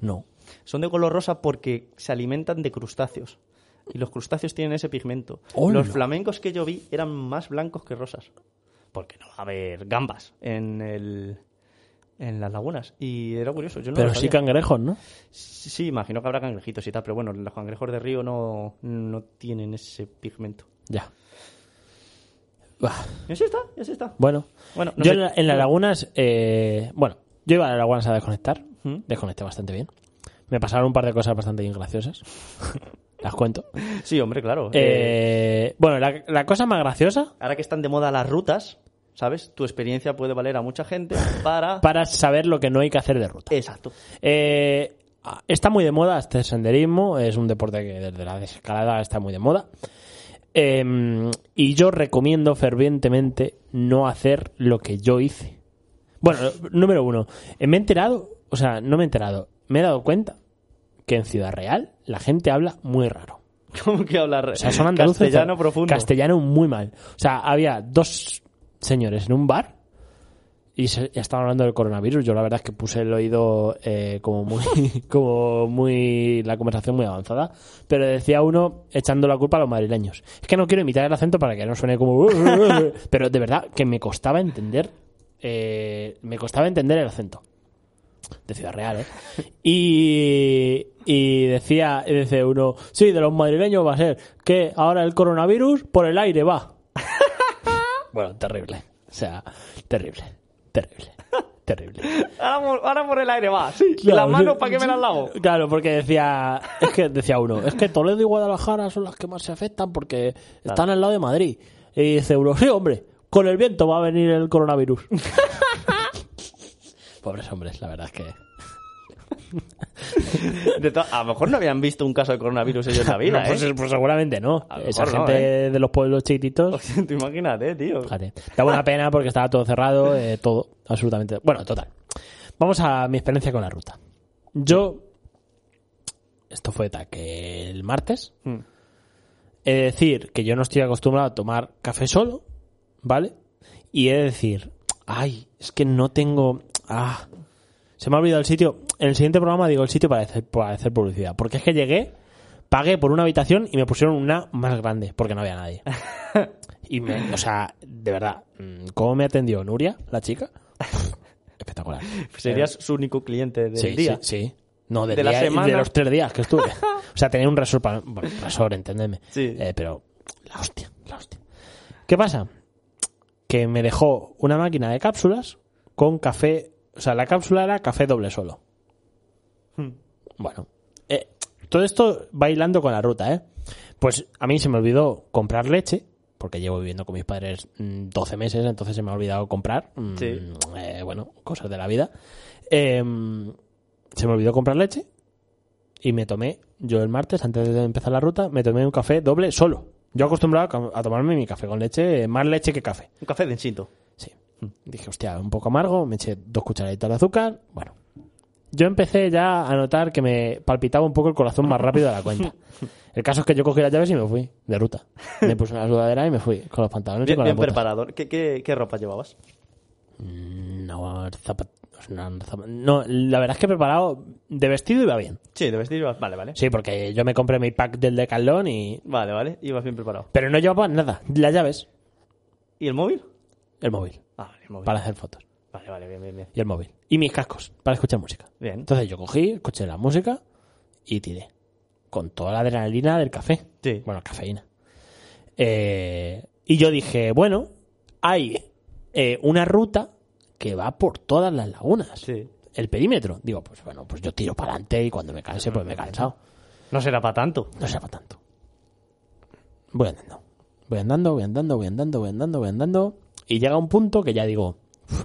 [SPEAKER 2] no.
[SPEAKER 3] Son de color rosa porque se alimentan de crustáceos. Y los crustáceos tienen ese pigmento.
[SPEAKER 2] ¡Hola!
[SPEAKER 3] Los flamencos que yo vi eran más blancos que rosas. Porque no va a haber gambas en el... En las lagunas. Y era curioso. Yo no
[SPEAKER 2] pero
[SPEAKER 3] lo
[SPEAKER 2] sí
[SPEAKER 3] sabía.
[SPEAKER 2] cangrejos, ¿no?
[SPEAKER 3] Sí, sí, imagino que habrá cangrejitos y tal, pero bueno, los cangrejos de río no, no tienen ese pigmento.
[SPEAKER 2] Ya. Bah.
[SPEAKER 3] Y así está, y así está.
[SPEAKER 2] Bueno,
[SPEAKER 3] Bueno, no
[SPEAKER 2] yo
[SPEAKER 3] sé-
[SPEAKER 2] en, la- en las lagunas, eh, bueno, yo iba a las lagunas a desconectar,
[SPEAKER 3] ¿Mm?
[SPEAKER 2] desconecté bastante bien. Me pasaron un par de cosas bastante bien
[SPEAKER 3] <laughs>
[SPEAKER 2] graciosas, las cuento.
[SPEAKER 3] Sí, hombre, claro. Eh,
[SPEAKER 2] Eh, bueno, la, la cosa más graciosa
[SPEAKER 3] ahora que están de moda las rutas, ¿sabes? Tu experiencia puede valer a
[SPEAKER 2] <laughs>
[SPEAKER 3] mucha gente para...
[SPEAKER 2] para saber lo que no hay que hacer de ruta.
[SPEAKER 3] Exacto. <laughs>
[SPEAKER 2] Eh, está muy de moda este senderismo, es un deporte que desde la desescalada está muy de moda. Eh, y yo recomiendo fervientemente no hacer lo que yo hice. Bueno, número uno, eh, me he enterado, o sea, no me he enterado, me he dado cuenta que en Ciudad Real la gente habla muy raro.
[SPEAKER 3] ¿Cómo que hablar?
[SPEAKER 2] O sea, son andaluces.
[SPEAKER 3] Castellano
[SPEAKER 2] pero
[SPEAKER 3] profundo.
[SPEAKER 2] Castellano muy mal. O sea, había dos señores en un bar y se- estaban hablando del coronavirus. Yo la verdad es que puse el oído eh, como muy, <laughs> como muy, la conversación muy avanzada. Pero decía uno echando la culpa a los madrileños. Es que no quiero imitar el acento para que no suene como. <laughs> pero de verdad que me costaba entender, eh, me costaba entender el acento de Ciudad Real, ¿eh? Y, y decía, y dice uno, sí, de los madrileños va a ser que ahora el coronavirus por el aire
[SPEAKER 3] <laughs>
[SPEAKER 2] va. bueno, terrible. O sea, terrible, terrible,
[SPEAKER 3] <laughs>
[SPEAKER 2] terrible.
[SPEAKER 3] Ahora, por- ahora por el aire va. Sí. ¿Y las
[SPEAKER 2] Claro,
[SPEAKER 3] manos
[SPEAKER 2] sí,
[SPEAKER 3] para qué me
[SPEAKER 2] sí.
[SPEAKER 3] las lavo?
[SPEAKER 2] Claro, porque decía, es que decía uno, es que Toledo y Guadalajara son las que más se afectan porque están al lado de Madrid. Y dice uno, sí, hombre, con el viento va a venir el
[SPEAKER 3] <laughs>
[SPEAKER 2] coronavirus. Pobres hombres, la verdad es que
[SPEAKER 3] De to- a lo mejor no habían visto un caso de coronavirus ellos en <laughs> la vida,
[SPEAKER 2] No, pues,
[SPEAKER 3] ¿eh?
[SPEAKER 2] pues seguramente no.
[SPEAKER 3] A lo
[SPEAKER 2] Esa
[SPEAKER 3] mejor no, ¿eh?
[SPEAKER 2] gente de los pueblos chiquititos.
[SPEAKER 3] <laughs> Tú imagínate, tío.
[SPEAKER 2] Fíjate. Da una pena porque estaba todo cerrado, eh, todo, absolutamente. Bueno, total. Vamos a mi experiencia con la ruta. Yo. Esto fue ta- que el martes.
[SPEAKER 3] Mm.
[SPEAKER 2] He de decir que yo no estoy acostumbrado a tomar café solo, ¿vale? Y he de decir, ay, es que no tengo. Ah, se me ha olvidado el sitio. En el siguiente programa digo el sitio para hacer, para hacer publicidad. Porque es que llegué, pagué por una habitación y me pusieron una más grande porque no había nadie. Y me, o sea, de verdad, mm, ¿cómo me atendió Nuria, la chica? Espectacular.
[SPEAKER 3] Serías su único cliente del
[SPEAKER 2] Sí,
[SPEAKER 3] día.
[SPEAKER 2] sí, sí. No, del
[SPEAKER 3] De la
[SPEAKER 2] día y
[SPEAKER 3] semana.
[SPEAKER 2] de los tres días que estuve.
[SPEAKER 3] <laughs>
[SPEAKER 2] O sea, tenía un resort para... Bueno, resort, entendedme.
[SPEAKER 3] Sí.
[SPEAKER 2] Eh, pero la hostia, la hostia. ¿Qué pasa? Que me dejó una máquina de cápsulas con café... O sea, la cápsula era café doble solo.
[SPEAKER 3] Hmm.
[SPEAKER 2] Bueno. eh, todo esto bailando con la ruta, ¿eh? Pues a mí se me olvidó comprar leche porque llevo viviendo con mis padres mm, 12 meses, entonces se me ha olvidado comprar. mm,
[SPEAKER 3] Sí.
[SPEAKER 2] eh, bueno, cosas de la vida. Eh, se me olvidó comprar leche y me tomé, yo el martes, antes de empezar la ruta, me tomé un café doble solo. Yo acostumbrado a ca- a tomarme mi café con leche, eh, más leche que café.
[SPEAKER 3] Un café de instinto.
[SPEAKER 2] Sí. Dije, hostia, un poco amargo, me eché dos cucharaditas de azúcar. Bueno, yo empecé ya a notar que me palpitaba un poco el corazón más rápido de la cuenta. El caso es que yo cogí las llaves y me fui de ruta. Me puse una sudadera y me fui con los pantalones y
[SPEAKER 3] Bien,
[SPEAKER 2] con
[SPEAKER 3] bien
[SPEAKER 2] las botas.
[SPEAKER 3] preparado. ¿Qué, qué, qué ropa llevabas?
[SPEAKER 2] Mm, No, zapatos, no, zapa- no, la verdad es que preparado de vestido iba bien.
[SPEAKER 3] Sí, de vestir ibas- Vale, vale.
[SPEAKER 2] Sí, porque yo me compré mi pack del Decathlon y...
[SPEAKER 3] Vale, vale. Ibas bien preparado.
[SPEAKER 2] Pero no llevaba nada, las llaves,
[SPEAKER 3] ¿Y el móvil?
[SPEAKER 2] el móvil,
[SPEAKER 3] Ah, vale, el móvil.
[SPEAKER 2] para hacer fotos.
[SPEAKER 3] Vale, vale, bien, bien, bien.
[SPEAKER 2] Y el móvil. Y mis cascos, para escuchar música.
[SPEAKER 3] Bien.
[SPEAKER 2] Entonces yo cogí, escuché la música y tiré. Con toda la adrenalina del café.
[SPEAKER 3] Sí.
[SPEAKER 2] Bueno, cafeína. Eh, y yo dije, bueno, hay eh, una ruta que va por todas las lagunas.
[SPEAKER 3] Sí.
[SPEAKER 2] El perímetro. Digo, pues bueno, pues yo tiro para adelante y cuando me canse, pues me he cansado.
[SPEAKER 3] No será para tanto.
[SPEAKER 2] No será para tanto. Voy andando. Voy andando, voy andando, voy andando, voy andando, voy andando. Y llega un punto que ya digo, "Uf,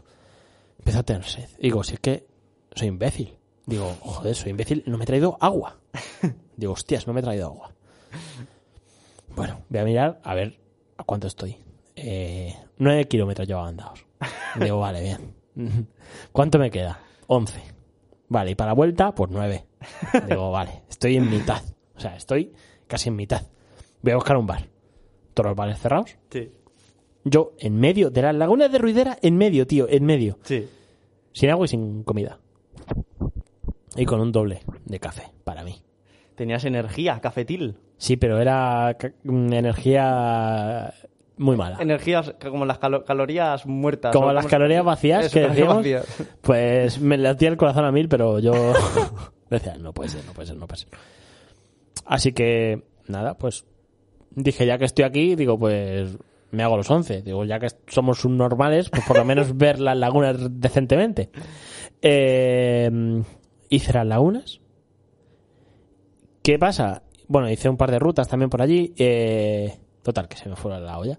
[SPEAKER 2] empiezo a tener sed. Digo, si es que soy imbécil. Digo, joder, soy imbécil, no me he traído agua. Digo, hostias, no me he traído agua. Bueno, voy a mirar a ver a cuánto estoy. Eh, 9 kilómetros llevaba andados. Digo, vale, bien. <laughs> ¿Cuánto me queda? 11. Vale, y para la vuelta, pues 9. <laughs> Digo, vale, estoy en mitad. O sea, estoy casi en mitad. Voy a buscar un bar. Todos los bares cerrados.
[SPEAKER 3] Sí.
[SPEAKER 2] Yo, en medio de las lagunas de Ruidera, en medio, tío, en medio.
[SPEAKER 3] Sí.
[SPEAKER 2] Sin agua y sin comida. Y con un doble de café, para mí.
[SPEAKER 3] Tenías energía, cafetil.
[SPEAKER 2] Sí, pero era ca- una energía muy
[SPEAKER 3] Ah.
[SPEAKER 2] mala.
[SPEAKER 3] Energías como las calo- calorías muertas.
[SPEAKER 2] Como
[SPEAKER 3] ¿no?
[SPEAKER 2] las calorías vacías
[SPEAKER 3] Eso,
[SPEAKER 2] que
[SPEAKER 3] calorías
[SPEAKER 2] decíamos,
[SPEAKER 3] vacías.
[SPEAKER 2] pues me le hacía el corazón a mil, pero yo <laughs> decía, no puede ser, no puede ser, no puede ser. Así que, nada, pues dije, ya que estoy aquí, digo, pues me hago los 11. Digo, ya que somos subnormales, pues por lo menos ver las lagunas decentemente. Eh, hice las lagunas. ¿Qué pasa? Bueno, hice un par de rutas también por allí. eh, total, que se me fuera la olla.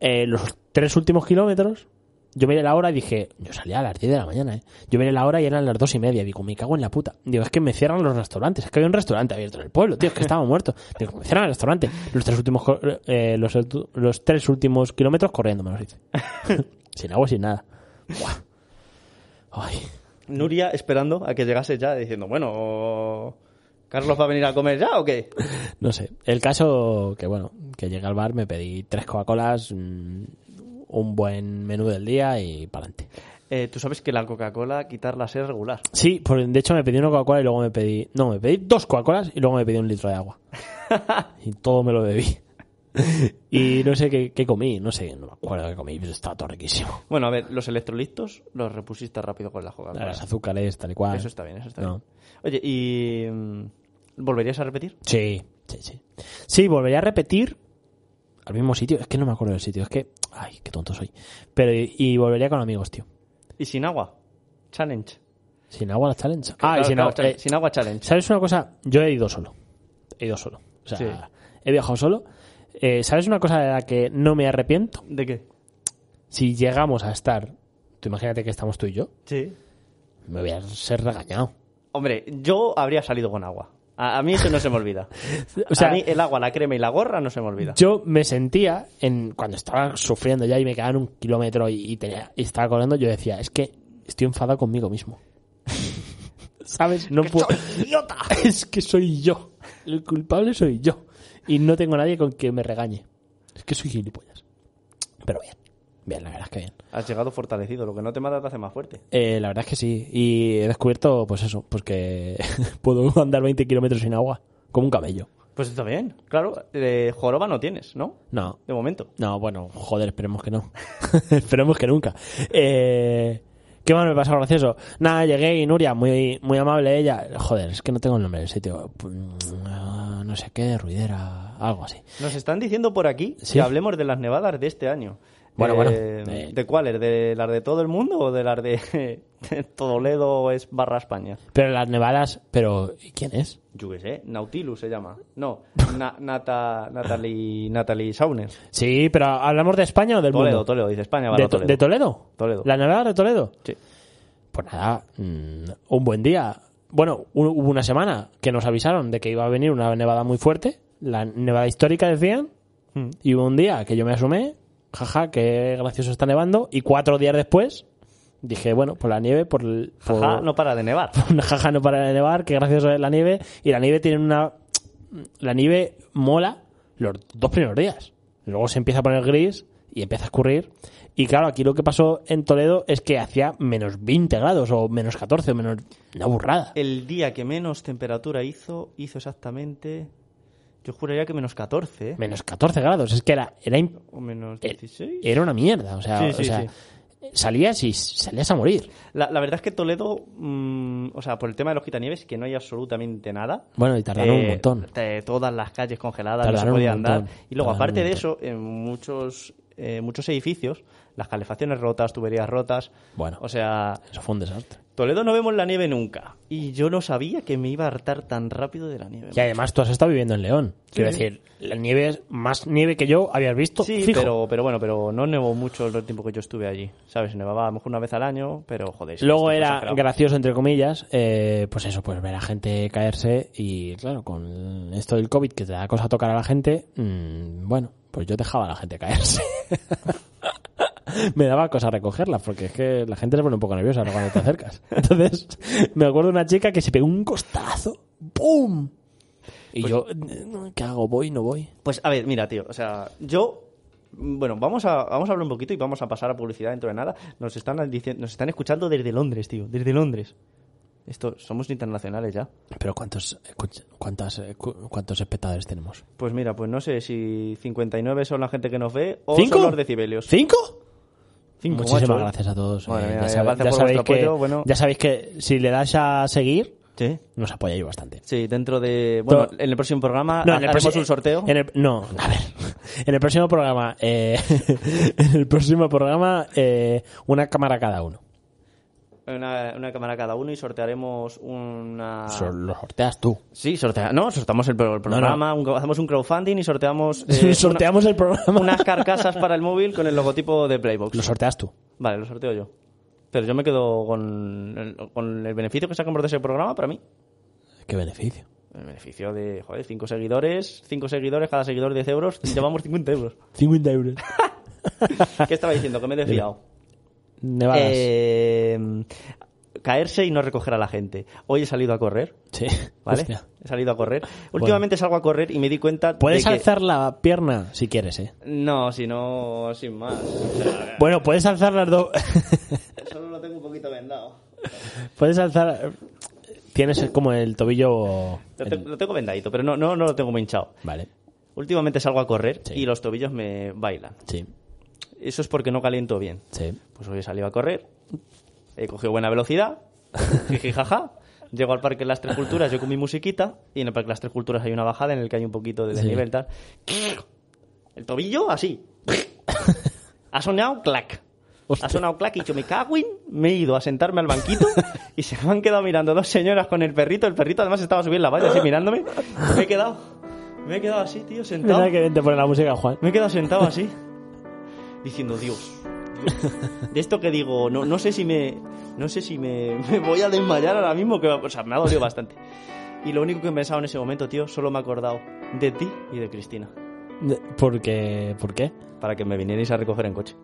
[SPEAKER 2] Eh, los tres últimos kilómetros, yo miré la hora y dije, yo salía a las 10 de la mañana, ¿eh? Yo miré la hora y eran las dos y media. Digo, me cago en la puta. Digo, es que me cierran los restaurantes. Es que había un restaurante abierto en el pueblo, tío, es que estaba <laughs> muerto. Digo, me cierran el restaurante. Los tres últimos, co- eh, los, los tres últimos kilómetros corriendo, me los hice. <laughs> sin agua, sin nada. Buah. Ay.
[SPEAKER 3] Nuria esperando a que llegase ya diciendo, bueno, ¿Carlos va a venir a comer ya o qué?
[SPEAKER 2] No sé. El caso que, bueno, que llegué al bar, me pedí tres Coca-Colas, mm, un buen menú del día y para adelante.
[SPEAKER 3] Eh, Tú sabes que la Coca-Cola quitarla es regular.
[SPEAKER 2] Sí, por- de hecho me pedí una Coca-Cola y luego me pedí. No, me pedí dos Coca-Colas y luego me pedí un litro de
[SPEAKER 3] <laughs>
[SPEAKER 2] agua. y todo me lo bebí. y no sé qué, qué comí, no sé, no me acuerdo qué comí, pero estaba todo riquísimo.
[SPEAKER 3] Bueno, a ver, los electrolitos los repusiste rápido con la Coca-Cola.
[SPEAKER 2] Las azúcares, tal y cual.
[SPEAKER 3] Eso está bien, eso está
[SPEAKER 2] Ah, No.
[SPEAKER 3] bien. Oye, ¿y mm, volverías a repetir?
[SPEAKER 2] Sí, sí, sí. Sí, volvería a repetir al mismo sitio. Es que no me acuerdo del sitio, es que. Ay, qué tonto soy. Pero, y, y volvería con amigos, tío.
[SPEAKER 3] ¿Y sin agua? Challenge.
[SPEAKER 2] Sin agua la challenge. Ah,
[SPEAKER 3] Claro,
[SPEAKER 2] y sin
[SPEAKER 3] claro,
[SPEAKER 2] agua.
[SPEAKER 3] challenge.
[SPEAKER 2] eh,
[SPEAKER 3] sin agua challenge.
[SPEAKER 2] ¿Sabes una cosa? Yo he ido solo. He ido solo. O sea,
[SPEAKER 3] Sí.
[SPEAKER 2] he viajado solo. Eh, ¿Sabes una cosa de la que no me arrepiento?
[SPEAKER 3] ¿De qué?
[SPEAKER 2] Si llegamos a estar, tú imagínate que estamos tú y yo,
[SPEAKER 3] Sí.
[SPEAKER 2] me voy a ser regañado.
[SPEAKER 3] Hombre, yo habría salido con agua. A, a mí eso no se me <laughs> olvida.
[SPEAKER 2] O sea-
[SPEAKER 3] a mí el agua, la crema y la gorra no se me olvida.
[SPEAKER 2] Yo me sentía, en, cuando estaba sufriendo ya y me quedaban un kilómetro y, y tenía, y estaba corriendo, yo decía, es que estoy enfadado conmigo mismo. <laughs> ¿Sabes? No puedo.
[SPEAKER 3] ¡Idiota!
[SPEAKER 2] <laughs> es que soy yo. El culpable soy yo. Y no tengo nadie con que me regañe. Es que soy gilipollas. Pero bien. Bien, la verdad es que bien.
[SPEAKER 3] Has llegado fortalecido. Lo que no te mata te hace más fuerte.
[SPEAKER 2] Eh, la verdad es que sí. Y he descubierto, pues eso, pues que <laughs> puedo andar 20 kilómetros sin agua. Como un cabello.
[SPEAKER 3] Pues está bien. Claro, eh, joroba no tienes, ¿no?
[SPEAKER 2] No.
[SPEAKER 3] De momento.
[SPEAKER 2] No, bueno, joder, esperemos que no. <laughs> esperemos que nunca. Eh, ¿Qué más me pasó gracioso? Nada, llegué y Nuria, muy, muy amable ella. Joder, es que no tengo el nombre del sitio. Ah, No sé qué, ruidera, algo así.
[SPEAKER 3] Nos están diciendo por aquí
[SPEAKER 2] Sí.
[SPEAKER 3] que hablemos de las nevadas de este año.
[SPEAKER 4] Bueno, bueno.
[SPEAKER 3] Eh,
[SPEAKER 4] Eh,
[SPEAKER 3] ¿De cuáles? ¿De las de todo el mundo o de las de <laughs> Toledo es barra España?
[SPEAKER 4] Pero las nevadas, pero ¿y ¿quién es?
[SPEAKER 3] Yo qué sé, Nautilus se llama. No, Na- Nata- Natalie, Natalie Sauner.
[SPEAKER 2] Sí, pero ¿hablamos de España o del
[SPEAKER 3] Toledo,
[SPEAKER 2] mundo?
[SPEAKER 3] Toledo, dice España,
[SPEAKER 2] ¿De,
[SPEAKER 3] barra
[SPEAKER 2] To-
[SPEAKER 3] Toledo.
[SPEAKER 2] de Toledo?
[SPEAKER 3] Toledo.
[SPEAKER 2] ¿La nevada de Toledo?
[SPEAKER 3] Sí.
[SPEAKER 4] Pues
[SPEAKER 2] Nada, mm, un buen día. Bueno, hu- hubo una semana que nos avisaron de que iba a venir una nevada muy fuerte, la nevada histórica decían,
[SPEAKER 3] Mm.
[SPEAKER 2] y hubo un día que yo me asomé, jaja, qué gracioso está nevando, y cuatro días después dije, bueno, por la nieve, por... el- por-
[SPEAKER 3] Ajá, no para de nevar.
[SPEAKER 2] una jaja no para de nevar, que gracioso es la nieve. Y la nieve tiene una. La nieve mola los dos primeros días. Luego se empieza a poner gris y empieza a escurrir. Y claro, aquí lo que pasó en Toledo es que hacía menos 20 grados o menos 14 o menos. Una burrada.
[SPEAKER 3] El día que menos temperatura hizo, hizo exactamente. Yo juraría que menos 14. ¿eh?
[SPEAKER 2] Menos 14 grados. Es que era, era, im-
[SPEAKER 3] O menos
[SPEAKER 2] Eh,
[SPEAKER 3] 16.
[SPEAKER 2] era una mierda. O sea,
[SPEAKER 3] Sí, sí,
[SPEAKER 2] o sea,
[SPEAKER 3] sí.
[SPEAKER 2] salías y salías a morir.
[SPEAKER 3] La, la verdad es que Toledo, mm, o sea, por el tema de los quitanieves, que no hay absolutamente nada.
[SPEAKER 2] Bueno, y tardaron un
[SPEAKER 3] Eh,
[SPEAKER 2] montón.
[SPEAKER 3] te- todas las calles congeladas, no se
[SPEAKER 2] Tardaron un
[SPEAKER 3] podía
[SPEAKER 2] montón,
[SPEAKER 3] andar. Y luego,
[SPEAKER 2] tardaron
[SPEAKER 3] aparte
[SPEAKER 2] un
[SPEAKER 3] de
[SPEAKER 2] montón.
[SPEAKER 3] eso, en muchos, eh, muchos edificios, las calefacciones rotas, tuberías rotas.
[SPEAKER 2] Bueno,
[SPEAKER 3] O sea,
[SPEAKER 2] eso fue un desastre.
[SPEAKER 3] Toledo no vemos la nieve nunca. Y yo no sabía que me iba a hartar tan rápido de la nieve.
[SPEAKER 2] Y además tú has estado viviendo en León. Quiero
[SPEAKER 3] sí.
[SPEAKER 2] decir, la nieve es más nieve que yo habías visto.
[SPEAKER 3] Sí,
[SPEAKER 2] fijo.
[SPEAKER 3] pero, pero bueno, pero no nevó mucho el tiempo que yo estuve allí. ¿Sabes? Nevaba a lo mejor una vez al año, pero joder. sí,
[SPEAKER 2] Luego
[SPEAKER 3] esto
[SPEAKER 2] era
[SPEAKER 3] exagerado.
[SPEAKER 2] gracioso, entre comillas, eh, pues eso, pues ver a gente caerse y claro, con esto del COVID que te da cosa tocar a la gente, mm, bueno, pues yo dejaba a la gente caerse. <laughs> me daba cosa recogerla, porque es que la gente se pone un poco nerviosa ¿no? cuando te acercas. <laughs> Entonces, me acuerdo de una chica que se pegó un costazo, ¡pum! Y yo, ¿qué hago? ¿Voy? ¿No voy?
[SPEAKER 3] Pues a ver, mira, tío, o sea, yo. Bueno, vamos a, vamos a hablar un poquito y vamos a pasar a publicidad dentro de nada. Nos están, diciendo, nos están escuchando desde Londres, tío, desde Londres. Esto, somos internacionales ya.
[SPEAKER 2] Pero ¿cuántos, escucha- cuántas, eh, cu- ¿cuántos espectadores tenemos?
[SPEAKER 3] Pues mira, pues no sé si 59 son la gente que nos ve o
[SPEAKER 2] ¿Cinco?
[SPEAKER 3] Oh, son los decibelios.
[SPEAKER 2] ¿Cinco?
[SPEAKER 3] Cinco,
[SPEAKER 2] Muchísimas
[SPEAKER 3] macho, ¿eh?
[SPEAKER 2] gracias a todos.
[SPEAKER 3] Madre
[SPEAKER 2] Eh,
[SPEAKER 3] mía,
[SPEAKER 2] ya,
[SPEAKER 3] y
[SPEAKER 2] sabe-
[SPEAKER 3] gracias
[SPEAKER 2] ya
[SPEAKER 3] por
[SPEAKER 2] sabéis
[SPEAKER 3] vuestro
[SPEAKER 2] que,
[SPEAKER 3] apoyo, bueno.
[SPEAKER 2] ya sabéis que si le das a seguir,
[SPEAKER 3] Sí.
[SPEAKER 2] nos apoyáis bastante.
[SPEAKER 3] Sí, dentro de. Bueno,
[SPEAKER 2] To-
[SPEAKER 3] en el próximo programa Ah, haremos
[SPEAKER 2] próximo-
[SPEAKER 3] un sorteo.
[SPEAKER 2] en el- no, a ver. <laughs> En el próximo programa, eh, <laughs> en el próximo programa, eh, una cámara cada uno.
[SPEAKER 3] Una, una cámara cada uno y sortearemos una.
[SPEAKER 2] Eso Lo sorteas tú.
[SPEAKER 3] Sí, sortea. No, sorteamos el, pro- el programa, un- hacemos un crowdfunding
[SPEAKER 2] <laughs>
[SPEAKER 3] y sorteamos. eh,
[SPEAKER 2] Sorteamos el programa.
[SPEAKER 3] una- unas carcasas para el móvil con el logotipo de
[SPEAKER 2] <laughs>
[SPEAKER 3] Playbox.
[SPEAKER 2] Lo sorteas tú.
[SPEAKER 3] Vale, lo sorteo yo. Pero yo me quedo con el, con el beneficio que sacamos de ese programa para mí.
[SPEAKER 2] Qué beneficio.
[SPEAKER 3] El beneficio de, joder, 5 seguidores, 5 seguidores, cada seguidor 10 euros, <laughs> llevamos 50 euros.
[SPEAKER 2] 50 euros.
[SPEAKER 3] ¿Qué estaba diciendo? Que me he desviado.
[SPEAKER 2] Nevadas.
[SPEAKER 3] Eh, caerse y no recoger a la gente. Hoy he salido a correr,
[SPEAKER 2] sí.
[SPEAKER 3] ¿vale?
[SPEAKER 2] Hostia.
[SPEAKER 3] He salido a correr. Últimamente salgo a correr y me di cuenta.
[SPEAKER 2] Puedes
[SPEAKER 3] de que-
[SPEAKER 2] alzar la pierna si quieres, eh.
[SPEAKER 3] No, si no, sin más. O sea,
[SPEAKER 2] Bueno, puedes alzar las dos. <laughs>
[SPEAKER 3] solo lo tengo un poquito vendado.
[SPEAKER 2] puedes alzar. Tienes como el tobillo.
[SPEAKER 3] Lo, te- lo tengo vendadito, pero no, no, no lo tengo muy hinchado.
[SPEAKER 2] Vale.
[SPEAKER 3] Últimamente salgo a correr
[SPEAKER 2] Sí.
[SPEAKER 3] y los tobillos me bailan.
[SPEAKER 2] Sí.
[SPEAKER 3] Eso es porque no caliento bien.
[SPEAKER 2] Sí.
[SPEAKER 3] Pues hoy he salido a correr, he cogido buena velocidad, <laughs> jiji, jaja. Llego al Parque de las Tres Culturas, yo con mi musiquita, y en el Parque de las Tres Culturas hay una bajada en el que hay un poquito de desnivel, tal. El tobillo, así. Ha sonado clac. Ha sonado clac y yo me cago en... Me he ido a sentarme al banquito y se me han quedado mirando dos señoras con el perrito. El perrito además estaba subiendo la valla así mirándome. Me he quedado... Me he quedado así, tío, sentado.
[SPEAKER 2] Mira que bien te pone la música, Juan.
[SPEAKER 3] Me he quedado sentado así, diciendo, Dios, Dios". De esto que digo, no, no sé si me. No sé si me, <laughs> me voy a desmayar ahora mismo, que o sea, me ha dolido bastante. Y lo único que he pensado en ese momento, tío, solo me he acordado de ti y de Cristina.
[SPEAKER 2] Porque, ¿Por qué?
[SPEAKER 3] Para que me vinierais a recoger en coche.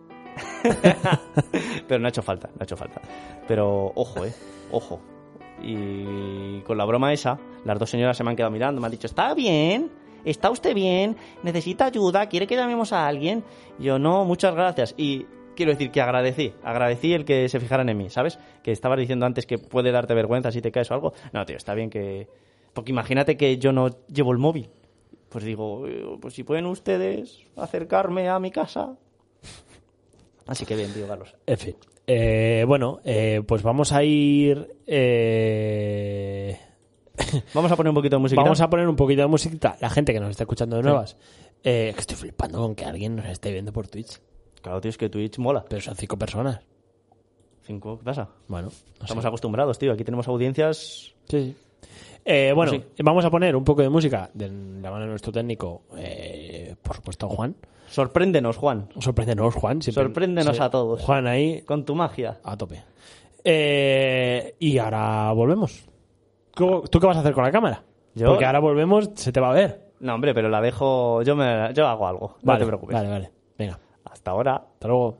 [SPEAKER 3] Pero no ha hecho falta, no ha hecho falta. Pero ojo, eh, ojo. Y con la broma esa, las dos señoras se me han quedado mirando, me han dicho, ¿está bien? ¿Está usted bien? ¿Necesita ayuda? ¿Quiere que llamemos a alguien? Y yo, no, muchas gracias. Y quiero decir que agradecí, agradecí el que se fijaran en mí, ¿sabes? Que estabas diciendo antes que puede darte vergüenza si te caes o algo. No, tío, está bien que... Porque imagínate que yo no llevo el móvil. Pues digo, eh, pues si pueden ustedes acercarme a mi casa. Así que bien, tío, Carlos.
[SPEAKER 2] En fin. Eh, bueno, eh, pues vamos a ir. eh,
[SPEAKER 3] Vamos a poner un poquito de música.
[SPEAKER 2] vamos a poner un poquito de musiquita. La gente que nos está escuchando de nuevas. Eh, que estoy flipando con que alguien nos esté viendo por Twitch.
[SPEAKER 3] Claro, tío, es que Twitch mola.
[SPEAKER 4] Pero son cinco personas.
[SPEAKER 3] Cinco, ¿qué pasa?
[SPEAKER 4] Bueno, no sé.
[SPEAKER 3] Estamos acostumbrados, tío. Aquí tenemos audiencias.
[SPEAKER 4] Sí, sí.
[SPEAKER 2] Eh, bueno,
[SPEAKER 3] Sí.
[SPEAKER 2] vamos a poner un poco de música de la mano de nuestro técnico, eh, por supuesto, Juan.
[SPEAKER 3] Sorpréndenos, Juan.
[SPEAKER 2] Sorpréndenos, Juan. siempre-
[SPEAKER 3] Sorpréndenos
[SPEAKER 2] sí.
[SPEAKER 3] a todos.
[SPEAKER 2] Juan ahí
[SPEAKER 3] Con tu magia.
[SPEAKER 2] a tope. Eh, y ahora volvemos. ¿Cómo- ¿Tú qué vas a hacer con la cámara?
[SPEAKER 3] Yo-
[SPEAKER 2] Porque ahora volvemos, se te va a ver.
[SPEAKER 3] No, hombre, pero la dejo. Yo, me... yo hago algo.
[SPEAKER 2] Vale,
[SPEAKER 3] no te preocupes.
[SPEAKER 2] Vale, vale. Venga,
[SPEAKER 3] Hasta ahora.
[SPEAKER 2] hasta luego.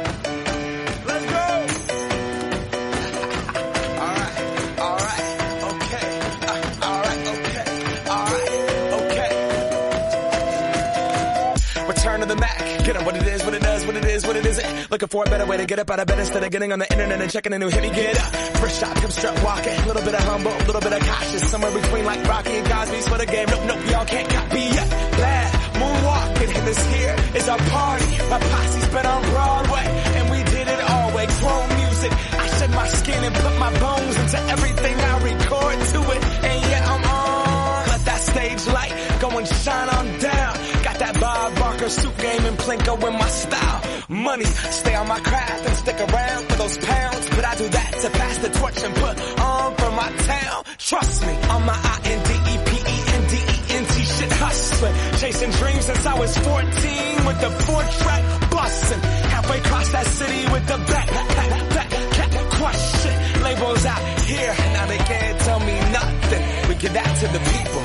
[SPEAKER 5] Let's go. Alright, alright, okay. Uh, alright, okay, alright, okay. Return to the Mac. Get up what it is, what it does, what it is, what it isn't. Looking for a better way to get up out of bed instead of getting on the internet and checking a new hit. Me get up. First shot, come strut walking. A little bit of humble, a little bit of cautious. Somewhere between like Rocky and Cosby's for the game. Nope, nope, y'all can't copy yet. Bad moonwalking. And this here is our party. My posse's been on Broadway. And we did it always. Chrome music. I shed my skin and put my bones into everything I record to it. And yeah, I'm on. Let that stage light go and shine on down. Got that Bob Barker suit game and Plinko in my style. Money, stay on my craft and stick around for those pounds. But I do that to pass the torch and put on for my town. Trust me, on my E I-N-D-E-P-E-N-D-E-N-T shit hustling. Chasing dreams since I was 14 with the four track busting. Halfway across that city with the back, back, back, back, crush shit. Labels out here, now they can't tell me nothing. We give that to the people,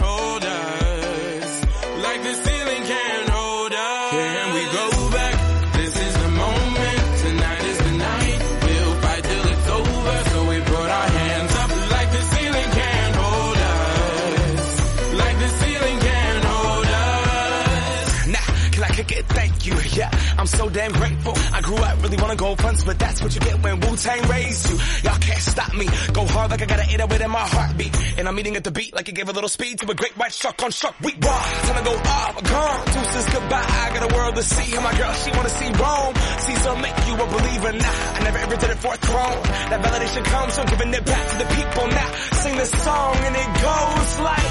[SPEAKER 6] hold us. Like the ceiling can't hold us. Here we go back. This is the moment. Tonight is the night. We'll fight till it's over. So we put our hands up like the ceiling can't hold us. Like the ceiling can't hold us.
[SPEAKER 5] Nah, can I kick it? Thank you. Yeah, I'm so damn grateful. I grew up really wanna go fronts, but that's what you get when Wu Tang raised you. Y'all can't stop me. Go hard like I got an 808 in my heartbeat, and I'm eating at the beat like it gave a little speed to a great white shark on shark. We raw. Time to go off. Gone. Deuces goodbye. I got a world to see. And my girl, she wanna see Rome. Caesar make you a believer. Nah, I never ever did it for a throne. That validation comes from giving it back to the people. Now sing this song and it goes like.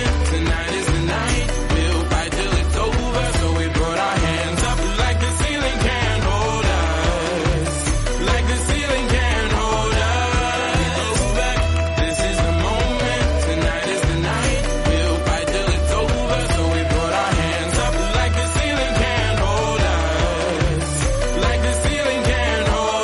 [SPEAKER 6] Tonight is the night. We'll fight till it's over. So we put our hands up like the ceiling can't hold us. Like the ceiling can't hold us. We go back. This is the moment. Tonight is the night. We'll fight till it's over. So we put our hands up like the ceiling can't hold us. Like the ceiling can't hold us.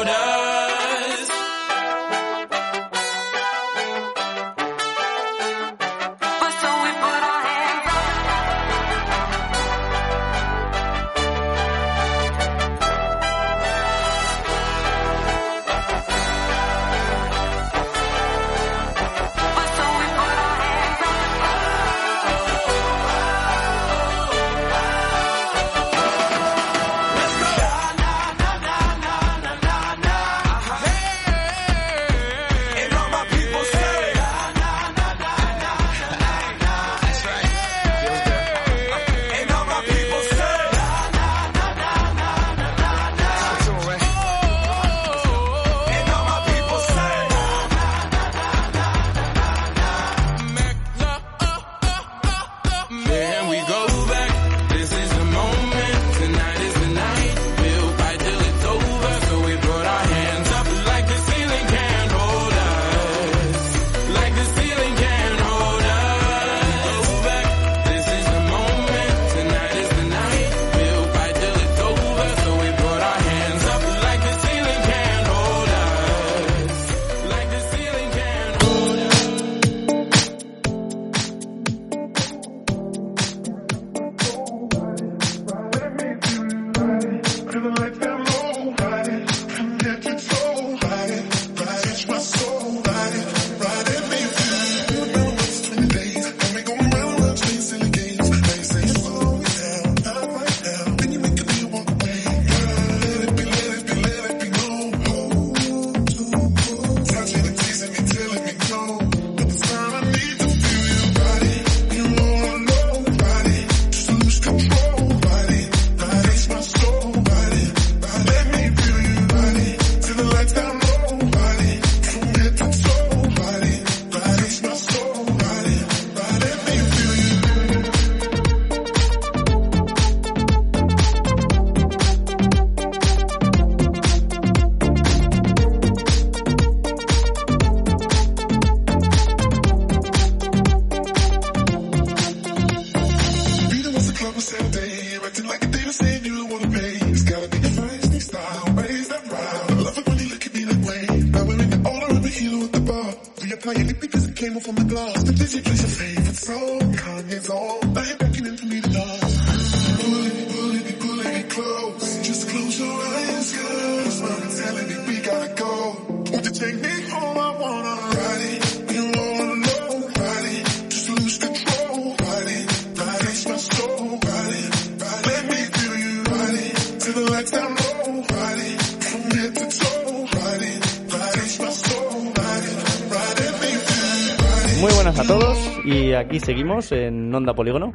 [SPEAKER 7] playing it because it came off of my glass. The digital is your favorite song. Kanye's on. Now you're beckoning for me to dance. Pulling, pulling, pulling it close. Just close your eyes, cause I'm telling you we gotta go. Won't you take me home? I wanna ride it. You wanna know, ride it. Just lose control, ride it. Ride it, my soul, ride it. Ride it. Let me feel you, ride it. To the lights down low, ride it. From head to toe, ride it. Ride it, my soul, ride it. Ride it, me feel you, ride it.
[SPEAKER 3] Muy buenas a todos y aquí seguimos en Onda Polígono,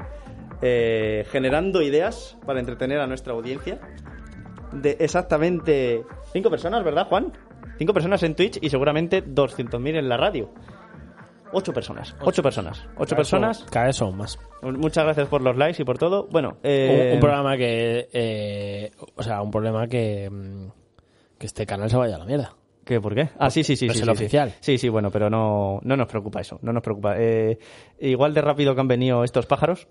[SPEAKER 3] eh, generando ideas para entretener a nuestra audiencia de exactamente cinco personas, ¿verdad, Juan? Cinco personas en Twitch y seguramente 200.000 en la radio. Ocho personas, ocho, personas, ocho personas.
[SPEAKER 2] Cada vez son más.
[SPEAKER 3] Muchas gracias por los likes y por todo. Bueno, eh,
[SPEAKER 2] Un, un programa que. eh, o sea, un problema que. mm, Que este canal se vaya a la mierda.
[SPEAKER 3] ¿Qué? ¿Por qué? Ah, sí, sí, sí.
[SPEAKER 2] no es
[SPEAKER 3] sí,
[SPEAKER 2] Pues el
[SPEAKER 3] sí,
[SPEAKER 2] oficial.
[SPEAKER 3] Sí. sí, sí, bueno, pero no, no nos preocupa eso, no nos preocupa. Eh, igual de rápido que han venido estos pájaros,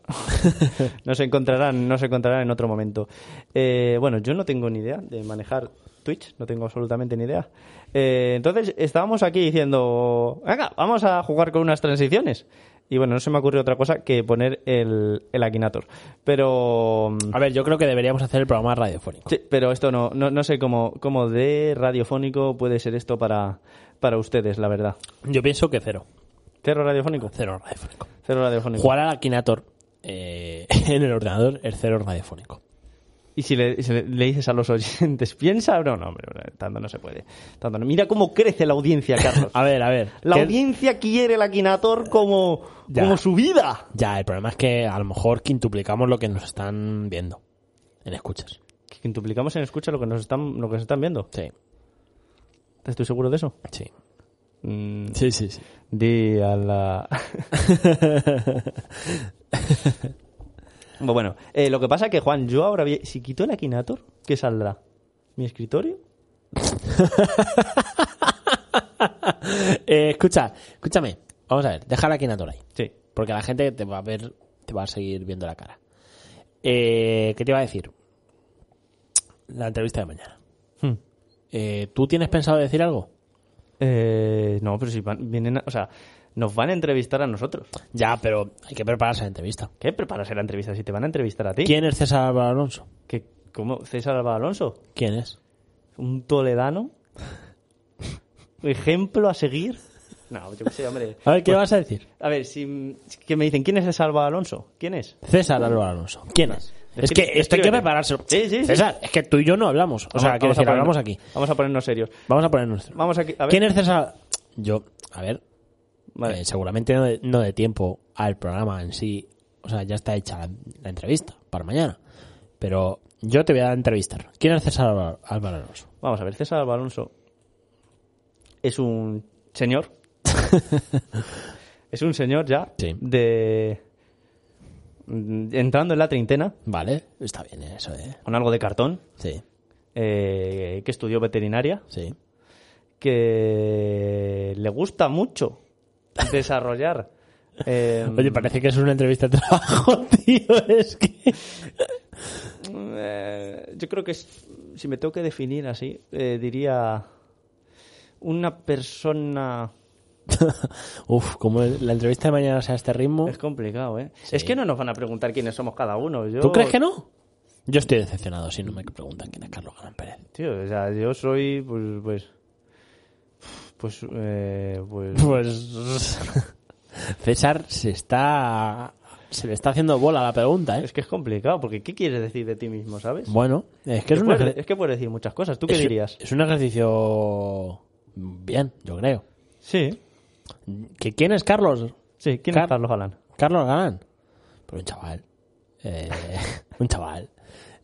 [SPEAKER 3] <laughs> nos encontrarán, nos encontrarán en otro momento. Eh, bueno, yo no tengo ni idea de manejar Twitch, no tengo absolutamente ni idea. Eh, entonces estábamos aquí diciendo, venga, vamos a jugar con unas transiciones. Y bueno, no se me ocurrió otra cosa que poner el, el Akinator. Pero... mm,
[SPEAKER 2] A ver, yo creo que deberíamos hacer el programa radiofónico.
[SPEAKER 3] Sí, pero esto no, no, no sé cómo, cómo de radiofónico puede ser esto para, para ustedes, la verdad.
[SPEAKER 2] Yo pienso que cero.
[SPEAKER 3] Cero radiofónico.
[SPEAKER 2] Cero radiofónico.
[SPEAKER 3] Cero radiofónico.
[SPEAKER 2] Jugar al Akinator eh, <laughs> en el ordenador es cero radiofónico.
[SPEAKER 3] Y si le, si le- le dices a los oyentes, piensa, no, no, hombre, tanto no se puede. Tanto no. Mira cómo crece la audiencia, <laughs> Carlos.
[SPEAKER 2] A ver, a ver.
[SPEAKER 3] la
[SPEAKER 2] ¿qué-
[SPEAKER 3] audiencia quiere el Akinator como,
[SPEAKER 2] Ya.
[SPEAKER 3] como su vida.
[SPEAKER 2] Ya, el problema es que a lo mejor quintuplicamos lo que nos están viendo en escuchas.
[SPEAKER 3] Que quintuplicamos en escucha lo que nos están, lo que nos están viendo.
[SPEAKER 2] Sí,
[SPEAKER 3] ¿Estás tú seguro de eso?
[SPEAKER 2] sí.
[SPEAKER 3] Mm,
[SPEAKER 2] Sí, sí, sí.
[SPEAKER 3] Di a la. <laughs> Bueno, bueno, eh, lo que pasa es que, Juan, yo ahora. vi- Si quito el Akinator, ¿qué saldrá? ¿Mi escritorio?
[SPEAKER 2] Eh, escucha, escúchame. Vamos a ver, deja el Akinator ahí.
[SPEAKER 3] Sí.
[SPEAKER 2] Porque la gente te va a ver, te va a seguir viendo la cara. Eh, ¿Qué te iba a decir? La entrevista de mañana.
[SPEAKER 3] Hmm.
[SPEAKER 2] Eh, ¿Tú tienes pensado decir algo?
[SPEAKER 3] Eh, no, pero si van, vienen. a- o sea, nos van a entrevistar a nosotros.
[SPEAKER 2] Ya, pero hay que prepararse a la entrevista.
[SPEAKER 3] ¿Qué? Prepárase la entrevista si te van a entrevistar a ti.
[SPEAKER 2] ¿Quién es César Álvaro Alonso?
[SPEAKER 3] ¿Qué- ¿Cómo? ¿César Alba Alonso?
[SPEAKER 2] ¿Quién es?
[SPEAKER 3] ¿Un toledano? ¿Ejemplo a seguir? No, yo qué
[SPEAKER 2] <laughs>
[SPEAKER 3] sé, hombre.
[SPEAKER 2] A ver, ¿qué vas a decir?
[SPEAKER 3] A ver, si, que me dicen, ¿quién es César Alba Alonso? ¿Quién es?
[SPEAKER 2] César Álvaro Alonso. ¿Quién es?
[SPEAKER 3] Descri-
[SPEAKER 2] Es que esto hay
[SPEAKER 3] descríbete.
[SPEAKER 2] que preparárselo.
[SPEAKER 3] Sí, sí, sí.
[SPEAKER 2] César, es que tú y yo no hablamos. O sea, quiero
[SPEAKER 3] Vamos- vamos a
[SPEAKER 2] decir,
[SPEAKER 3] ponernos-
[SPEAKER 2] hablamos aquí.
[SPEAKER 3] Vamos a ponernos serios.
[SPEAKER 2] Vamos a poner nuestro.
[SPEAKER 3] Vamos aquí. A ver.
[SPEAKER 2] ¿Quién es César? Yo, a ver,
[SPEAKER 3] Vale.
[SPEAKER 2] eh, seguramente no de, no de tiempo al programa en sí. O sea, ya está hecha la, la entrevista para mañana. Pero yo te voy a entrevistar. ¿Quién es César Álvaro- Álvaro Alonso?
[SPEAKER 3] Vamos a ver, César Alba Alonso es un
[SPEAKER 2] <laughs>
[SPEAKER 3] señor. es un señor ya
[SPEAKER 2] Sí.
[SPEAKER 3] de mm, entrando en la treintena
[SPEAKER 2] Vale, está bien eso, ¿eh?
[SPEAKER 3] con algo de cartón,
[SPEAKER 2] Sí,
[SPEAKER 3] eh, que estudió veterinaria,
[SPEAKER 2] sí.
[SPEAKER 3] que le gusta mucho
[SPEAKER 2] <laughs>
[SPEAKER 3] desarrollar. eh,
[SPEAKER 2] Oye, parece que es una entrevista de trabajo, <laughs> tío. Es que...
[SPEAKER 3] Eh, yo creo que es- si me tengo que definir así, eh, diría una persona...
[SPEAKER 2] Uf, como el- la entrevista de mañana sea a este ritmo...
[SPEAKER 3] Es complicado, ¿eh? Es que no nos van a preguntar quiénes somos cada uno. Yo-
[SPEAKER 2] ¿Tú crees que no? Yo estoy decepcionado si no me preguntan quién es Carlos Galán Pérez.
[SPEAKER 3] Tío, o sea, yo soy, pues... Pues... Pues... eh, pues...
[SPEAKER 2] Pues... <laughs> César se está... Se le está haciendo bola la pregunta, ¿eh?
[SPEAKER 3] Es que es complicado, porque ¿qué quieres decir de ti mismo, sabes?
[SPEAKER 2] Bueno, es que es, un
[SPEAKER 3] Que puedes-
[SPEAKER 2] ejer-
[SPEAKER 3] es que puedes decir muchas cosas. ¿Tú qué
[SPEAKER 2] es-
[SPEAKER 3] dirías?
[SPEAKER 2] Es un ejercicio... Bien, yo creo.
[SPEAKER 3] Sí.
[SPEAKER 2] ¿Que ¿Quién es Carlos?
[SPEAKER 3] Sí, ¿quién
[SPEAKER 2] Car-
[SPEAKER 3] es Carlos Galán?
[SPEAKER 2] Carlos Galán. Pues un chaval. Eh, <laughs> un chaval.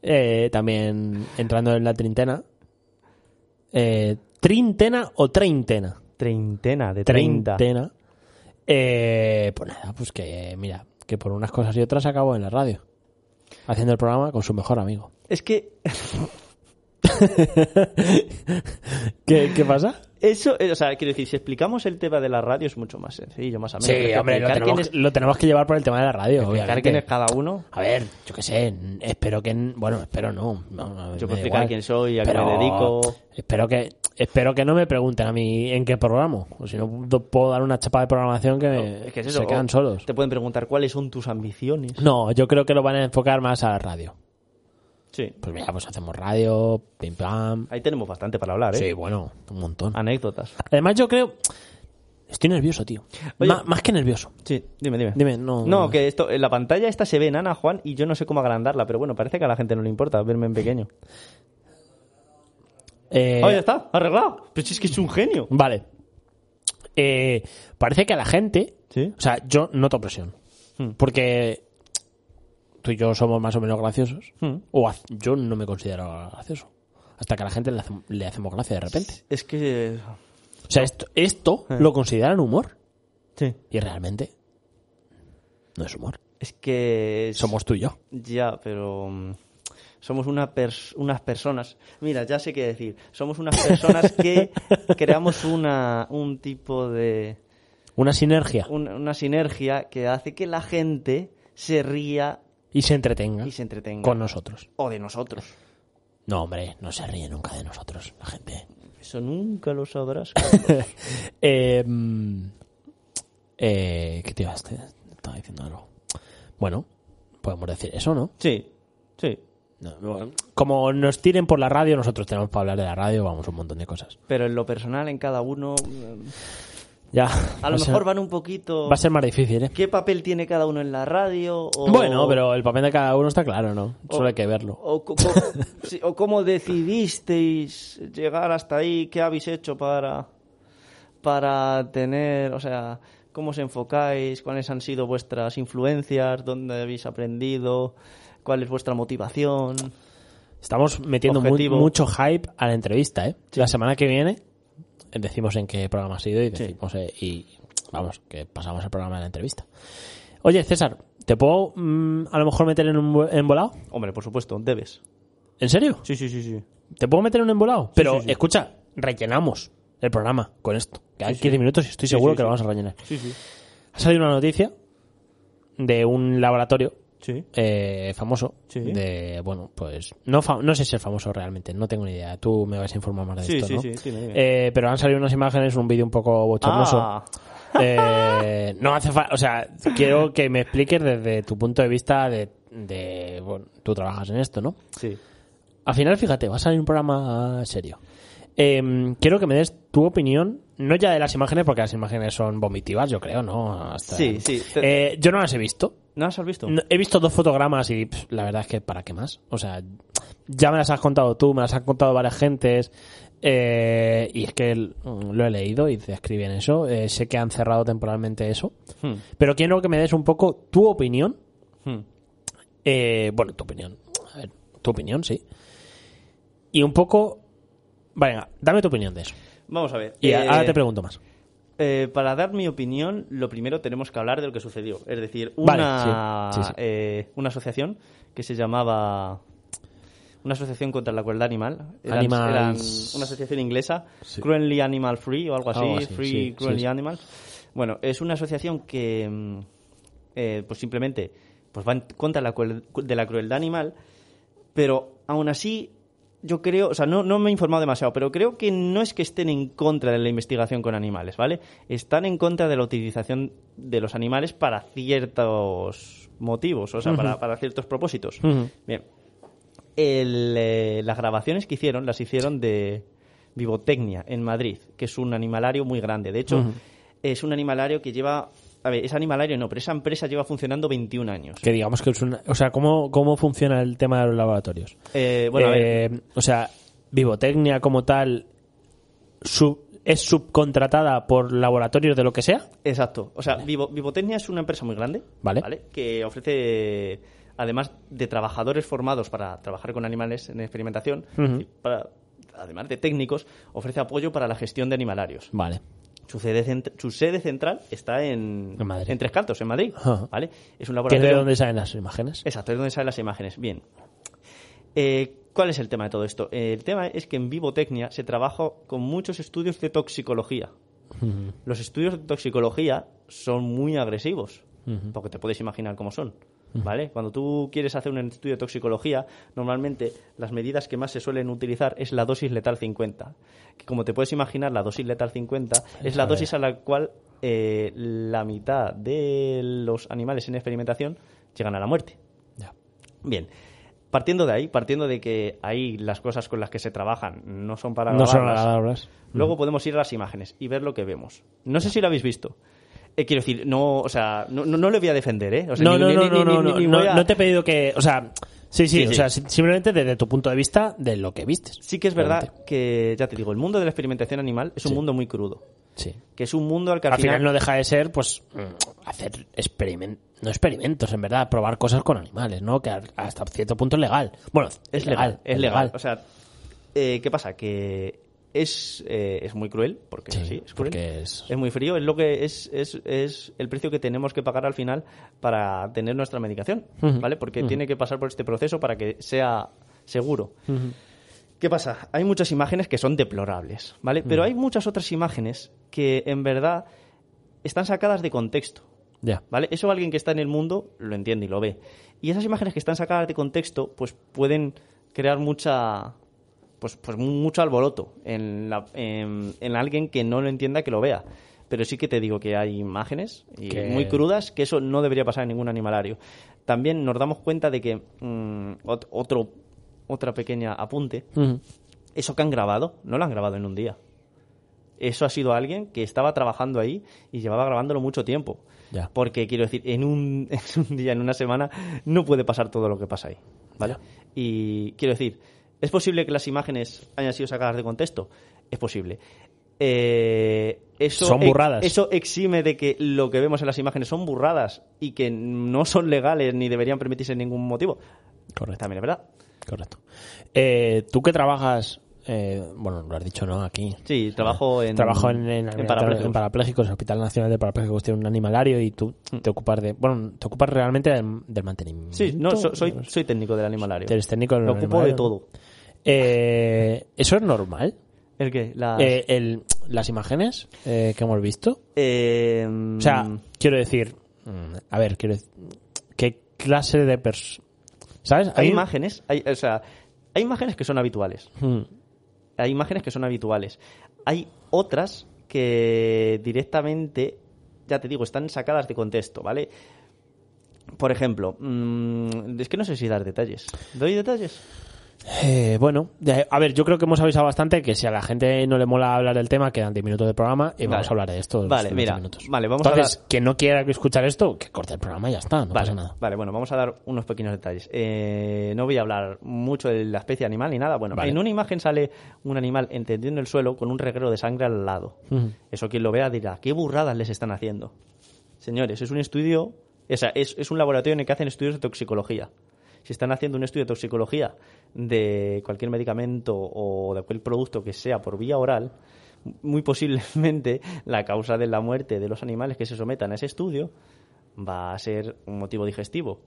[SPEAKER 2] Eh, también entrando en la treintena. Eh, ¿Treintena o treintena?
[SPEAKER 3] Treintena, de treinta.
[SPEAKER 2] treintena. Eh, pues nada, pues que mira, que por unas cosas y otras acabó en la radio. Haciendo el programa con su mejor amigo.
[SPEAKER 3] Es que
[SPEAKER 2] ¿Qué, qué pasa?
[SPEAKER 3] Eso, eh, o sea, quiero decir, si explicamos el tema de la radio es mucho más sencillo, más ameno.
[SPEAKER 2] Sí,
[SPEAKER 3] porque
[SPEAKER 2] hombre, lo
[SPEAKER 3] explicar
[SPEAKER 2] tenemos,
[SPEAKER 3] quién es,
[SPEAKER 2] lo tenemos que llevar por el tema de la radio.
[SPEAKER 3] explicar
[SPEAKER 2] obviamente.
[SPEAKER 3] quién es cada uno.
[SPEAKER 2] A ver, yo qué sé, n- espero que... n- Bueno, espero no. no, no, me da
[SPEAKER 3] Yo puedo explicar
[SPEAKER 2] igual.
[SPEAKER 3] quién soy, a qué me dedico.
[SPEAKER 2] Espero que... Espero que no me pregunten a mí en qué programo. O si no, do- puedo dar una chapa de programación que me-
[SPEAKER 3] Es que es eso,
[SPEAKER 2] se quedan
[SPEAKER 3] o
[SPEAKER 2] solos.
[SPEAKER 3] Te pueden preguntar cuáles son tus ambiciones.
[SPEAKER 2] No, yo creo que lo van a enfocar más a la radio.
[SPEAKER 3] Sí.
[SPEAKER 2] Pues mira, pues hacemos radio, pim pam.
[SPEAKER 3] Ahí tenemos bastante para hablar, ¿eh?
[SPEAKER 2] Sí, bueno, un montón.
[SPEAKER 3] Ah. Anécdotas.
[SPEAKER 2] Además, yo creo. Estoy nervioso, tío.
[SPEAKER 3] Oye.
[SPEAKER 2] Ma- más que nervioso.
[SPEAKER 3] Sí, dime, dime.
[SPEAKER 2] Dime, no.
[SPEAKER 3] No, que esto, en la pantalla esta se ve enana, Juan, y yo no sé cómo agrandarla, pero bueno, parece que a la gente no le importa verme en pequeño.
[SPEAKER 2] Eh,
[SPEAKER 3] ¡Oh, ya está! ¡Arreglado! Pero si es que es un genio.
[SPEAKER 2] Vale. Eh, parece que a la gente.
[SPEAKER 3] Sí.
[SPEAKER 2] O sea, yo noto presión.
[SPEAKER 3] Hmm.
[SPEAKER 2] Porque tú y yo somos más o menos graciosos.
[SPEAKER 3] Hmm.
[SPEAKER 2] O haz- yo no me considero gracioso. Hasta que a la gente le, hace- le hacemos gracia de repente.
[SPEAKER 3] Es que...
[SPEAKER 2] O sea, esto, esto
[SPEAKER 3] Eh.
[SPEAKER 2] lo consideran humor.
[SPEAKER 3] Sí.
[SPEAKER 2] Y realmente. No es humor.
[SPEAKER 3] Es que... es-
[SPEAKER 2] Somos tú y yo.
[SPEAKER 3] Ya, pero... mm, Somos una pers- unas personas... Mira, ya sé qué decir. Somos unas
[SPEAKER 2] <laughs>
[SPEAKER 3] personas que creamos una, un tipo de...
[SPEAKER 2] Una sinergia.
[SPEAKER 3] un- una sinergia que hace que la gente se ría
[SPEAKER 2] Y se entretenga
[SPEAKER 3] y se entretenga.
[SPEAKER 2] con nosotros.
[SPEAKER 3] O de nosotros.
[SPEAKER 2] No, hombre, no se ríe nunca de nosotros la gente.
[SPEAKER 3] Eso nunca
[SPEAKER 2] <laughs>
[SPEAKER 3] lo sabrás.
[SPEAKER 2] Eh, mm, eh, ¿Qué te ibas? Te- te Estaba diciendo algo. Bueno, podemos decir eso, ¿no?
[SPEAKER 3] sí, sí.
[SPEAKER 2] No, bueno, Como nos tiren por la radio, nosotros tenemos para hablar de la radio, vamos, un montón de cosas.
[SPEAKER 3] Pero en lo personal, en cada uno, eh,
[SPEAKER 2] Ya.
[SPEAKER 3] a
[SPEAKER 2] <laughs> va
[SPEAKER 3] lo
[SPEAKER 2] ser-
[SPEAKER 3] mejor van un poquito...
[SPEAKER 2] Va a ser más difícil, ¿eh?
[SPEAKER 3] ¿Qué papel tiene cada uno en la radio? O...
[SPEAKER 2] Bueno, pero el papel de cada uno está claro, ¿no?
[SPEAKER 3] o-
[SPEAKER 2] Solo hay que verlo.
[SPEAKER 3] O, co- <laughs> co- sí, o cómo decidisteis llegar hasta ahí? ¿Qué habéis hecho para, para tener...? O sea, ¿cómo os enfocáis? ¿Cuáles han sido vuestras influencias? ¿Dónde habéis aprendido? ¿Cuál es vuestra motivación?
[SPEAKER 2] Estamos metiendo mu-
[SPEAKER 3] Objetivo.
[SPEAKER 2] mucho hype a la entrevista, ¿eh? La semana que viene eh, decimos en qué programa ha sido y decimos, eh, y vamos, que pasamos al programa de la entrevista. Oye, César, ¿te puedo mm, a lo mejor meter en un bu- embolado?
[SPEAKER 3] Hombre, por supuesto, debes.
[SPEAKER 2] ¿En serio?
[SPEAKER 3] Sí, sí, sí, sí.
[SPEAKER 2] ¿Te puedo meter en un embolado? Pero
[SPEAKER 3] sí, sí.
[SPEAKER 2] escucha, rellenamos el programa con esto. Que hay 15 minutos y estoy seguro
[SPEAKER 3] sí,
[SPEAKER 2] que lo
[SPEAKER 3] sí.
[SPEAKER 2] vamos a rellenar.
[SPEAKER 3] Sí, sí.
[SPEAKER 2] Ha salido una noticia de un laboratorio
[SPEAKER 3] Sí.
[SPEAKER 2] eh, famoso.
[SPEAKER 3] Sí.
[SPEAKER 2] De, bueno, pues. No, fa- no sé si es famoso realmente, no tengo ni idea. Tú me vas a informar más de
[SPEAKER 3] Sí,
[SPEAKER 2] esto.
[SPEAKER 3] sí,
[SPEAKER 2] ¿no?
[SPEAKER 3] sí, dime, dime.
[SPEAKER 2] Eh, pero han salido unas imágenes, un vídeo un poco bochornoso.
[SPEAKER 3] Ah.
[SPEAKER 2] Eh, no hace falta. O sea, quiero que me expliques desde tu punto de vista de. de, bueno, tú trabajas en esto, ¿no?
[SPEAKER 3] Sí.
[SPEAKER 2] Al final, fíjate, va a salir un programa serio. Eh, quiero que me des tu opinión, no ya de las imágenes, porque las imágenes son vomitivas, yo creo, ¿no? Hasta-
[SPEAKER 3] Sí, sí.
[SPEAKER 2] Eh, yo no las he visto.
[SPEAKER 3] ¿No las has visto?
[SPEAKER 2] No- He visto dos fotogramas y pff, la verdad es que ¿para qué más? O sea, ya me las has contado tú, me las han contado varias gentes eh, y es que mm, lo he leído y te escriben eso. eh, sé que han cerrado temporalmente eso.
[SPEAKER 3] Hmm.
[SPEAKER 2] Pero quiero que me des un poco tu opinión.
[SPEAKER 3] Hmm.
[SPEAKER 2] Eh, bueno, tu opinión. A ver, tu opinión, sí. Y un poco... Venga, dame tu opinión de eso.
[SPEAKER 3] Vamos a ver.
[SPEAKER 2] Y a-
[SPEAKER 3] Eh,
[SPEAKER 2] ahora te pregunto más.
[SPEAKER 3] eh, para dar mi opinión, lo primero tenemos que hablar de lo que sucedió. Es decir,
[SPEAKER 2] Vale,
[SPEAKER 3] una,
[SPEAKER 2] sí, sí, sí.
[SPEAKER 3] eh, una asociación que se llamaba... Una asociación contra la crueldad animal. Eran-
[SPEAKER 2] Animals-
[SPEAKER 3] eran una asociación inglesa. Cruelly Animal Free o algo así.
[SPEAKER 2] Algo así,
[SPEAKER 3] Free
[SPEAKER 2] sí,
[SPEAKER 3] Cruelly
[SPEAKER 2] sí, sí.
[SPEAKER 3] Animal. Bueno, es una asociación que mm, eh, pues simplemente pues va en contra la cruel- de la crueldad animal pero aún así yo creo, o sea, no, no me he informado demasiado, pero creo que no es que estén en contra de la investigación con animales, ¿vale? Están en contra de la utilización de los animales para ciertos motivos, o sea, para, para ciertos propósitos. Bien. El, eh, las grabaciones que hicieron las hicieron de Vivotecnia, en Madrid, que es un animalario muy grande. De hecho, es un animalario que lleva... A ver, es animalario no, pero esa empresa lleva funcionando 21 años.
[SPEAKER 2] Que digamos que es una... O sea, ¿cómo, cómo funciona el tema de los laboratorios?
[SPEAKER 3] Eh, bueno, a ver,
[SPEAKER 2] Eh, o sea, Vivotecnia como tal sub- es subcontratada por laboratorios de lo que sea.
[SPEAKER 3] Exacto. O sea, Vivo- Vivotecnia es una empresa muy grande,
[SPEAKER 2] Vale.
[SPEAKER 3] Que ofrece, además de trabajadores formados para trabajar con animales en experimentación, y para- además de técnicos, ofrece apoyo para la gestión de animalarios.
[SPEAKER 2] Vale.
[SPEAKER 3] Su sede, cent- su sede central está en,
[SPEAKER 2] En Madrid.
[SPEAKER 3] en Tres Cantos, en Madrid.
[SPEAKER 2] Ajá.
[SPEAKER 3] ¿Vale?
[SPEAKER 2] Que
[SPEAKER 3] Es un
[SPEAKER 2] es de
[SPEAKER 3] laboratorio... Eh,
[SPEAKER 2] donde salen las imágenes.
[SPEAKER 3] Exacto, es donde salen las imágenes. Bien. Eh, ¿Cuál es el tema de todo esto? Eh, el tema es que en Vivotecnia se trabaja con muchos estudios de toxicología. Los estudios de toxicología son muy agresivos, porque te puedes imaginar cómo son. ¿Vale? Cuando tú quieres hacer un estudio de toxicología, normalmente las medidas que más se suelen utilizar es la dosis letal 50. Que como te puedes imaginar, la dosis letal 50 es la dosis a la cual eh, la mitad de los animales en experimentación llegan a la muerte. Bien. Partiendo de ahí, partiendo de que ahí las cosas con las que se trabajan no son para
[SPEAKER 2] No son
[SPEAKER 3] grabarlas,
[SPEAKER 2] agradables. Mm.
[SPEAKER 3] Luego podemos ir a las imágenes y ver lo que vemos. No sé si lo habéis visto. Eh, quiero decir, no, o sea, no, no, no le voy a defender, ¿eh? O sea,
[SPEAKER 2] No,
[SPEAKER 3] ni-
[SPEAKER 2] no, no,
[SPEAKER 3] ni- ni-
[SPEAKER 2] no,
[SPEAKER 3] ni-
[SPEAKER 2] no,
[SPEAKER 3] ni-
[SPEAKER 2] no,
[SPEAKER 3] ni
[SPEAKER 2] no,
[SPEAKER 3] voy a-
[SPEAKER 2] no te he pedido que, o sea, sí, sí,
[SPEAKER 3] Sí,
[SPEAKER 2] o
[SPEAKER 3] sí.
[SPEAKER 2] sea, si- simplemente desde tu punto de vista de lo que vistes.
[SPEAKER 3] Sí que es verdad
[SPEAKER 2] Realmente.
[SPEAKER 3] que, ya te digo, el mundo de la experimentación animal es un mundo muy crudo.
[SPEAKER 2] Sí.
[SPEAKER 3] Que es un mundo al que al,
[SPEAKER 2] Al final no deja de ser, pues, mm, hacer experimentos, no experimentos, en verdad, probar cosas con animales, ¿no? Que al- hasta cierto punto es legal. Bueno,
[SPEAKER 3] es legal, es legal. O sea, eh, ¿qué pasa? Que es, eh, es muy cruel, porque
[SPEAKER 2] Sí,
[SPEAKER 3] sí, es cruel.
[SPEAKER 2] porque es-
[SPEAKER 3] muy frío, es lo que es, es, es el precio que tenemos que pagar al final para tener nuestra medicación, ¿vale? Porque tiene que pasar por este proceso para que sea seguro. ¿Qué pasa? Hay muchas imágenes que son deplorables, ¿vale? Pero hay muchas otras imágenes que en verdad están sacadas de contexto.
[SPEAKER 2] Ya.
[SPEAKER 3] ¿Vale? Eso alguien que está en el mundo lo entiende y lo ve. Y esas imágenes que están sacadas de contexto, pues pueden crear mucha. Pues, pues mu- mucho alboroto en, la- en- en alguien que no lo entienda que lo vea. Pero sí que te digo que hay imágenes y
[SPEAKER 2] Que-
[SPEAKER 3] muy crudas que eso no debería pasar en ningún animalario. También nos damos cuenta de que mm, ot- otro otra pequeña apunte, eso que han grabado, no lo han grabado en un día. Eso ha sido alguien que estaba trabajando ahí y llevaba grabándolo mucho tiempo.
[SPEAKER 2] Ya.
[SPEAKER 3] Porque quiero decir, en un, <laughs> en un día, en una semana, no puede pasar todo lo que pasa ahí. ¿Vale? Y quiero decir, ¿es posible que las imágenes hayan sido sacadas de contexto? Es posible. Eh, eso
[SPEAKER 2] Son
[SPEAKER 3] ex-
[SPEAKER 2] burradas.
[SPEAKER 3] Eso exime de que lo que vemos en las imágenes son burradas y que no son legales ni deberían permitirse en ningún motivo.
[SPEAKER 2] Correcto.
[SPEAKER 3] También es verdad.
[SPEAKER 2] Correcto. Eh, Tú que trabajas, eh, bueno, lo has dicho, ¿no? Aquí. Eh,
[SPEAKER 3] Sí, trabajo en-
[SPEAKER 2] Trabajo en, en,
[SPEAKER 3] en parapléjicos.
[SPEAKER 2] en parapléjicos, el Hospital Nacional de Parapléjicos tiene un animalario y tú te ocupas de, bueno, te ocupas realmente del, del mantenimiento.
[SPEAKER 3] Mm. Sí, no, so- soy, soy técnico del animalario.
[SPEAKER 2] Eres técnico del
[SPEAKER 3] Me ocupo de
[SPEAKER 2] animalario.
[SPEAKER 3] todo.
[SPEAKER 2] Eh, ¿Eso es normal?
[SPEAKER 3] ¿El qué? Las-
[SPEAKER 2] Eh, el- las imágenes eh, que hemos visto.
[SPEAKER 3] eh,
[SPEAKER 2] O sea, quiero decir, mm, a ver, quiero decir, ¿qué clase de pers ¿Sabes?
[SPEAKER 3] hay
[SPEAKER 2] Hay-
[SPEAKER 3] imágenes, hay, o sea, hay imágenes que son habituales.
[SPEAKER 2] Mm,
[SPEAKER 3] Hay imágenes que son habituales. Hay otras que directamente, ya te digo, están sacadas de contexto, ¿vale? Por ejemplo, mm, es que no sé si dar detalles. ¿Doy detalles?
[SPEAKER 2] eh, bueno, ya- a ver, yo creo que hemos avisado bastante que si a la gente no le mola hablar del tema, quedan 10 minutos de programa y vamos
[SPEAKER 3] Vale.
[SPEAKER 2] a hablar de esto. los
[SPEAKER 3] Vale,
[SPEAKER 2] 10
[SPEAKER 3] mira,
[SPEAKER 2] minutos.
[SPEAKER 3] vale, vamos a
[SPEAKER 2] Entonces,
[SPEAKER 3] hablar-
[SPEAKER 2] quien no quiera escuchar esto, que corte el programa y ya está, no
[SPEAKER 3] vale,
[SPEAKER 2] pasa nada.
[SPEAKER 3] vale, bueno, vamos a dar unos pequeños detalles. Eh, no voy a hablar mucho de la especie animal ni nada. Bueno,
[SPEAKER 2] Vale.
[SPEAKER 3] en una imagen sale un animal entendiendo el suelo con un reguero de sangre al lado. Eso quien lo vea dirá, qué burradas les están haciendo. Señores, es un estudio, o sea, es, es un laboratorio en el que hacen estudios de toxicología. Si están haciendo un estudio de toxicología de cualquier medicamento o de cualquier producto que sea por vía oral, muy posiblemente <laughs> la causa de la muerte de los animales que se sometan a ese estudio va a ser un motivo digestivo.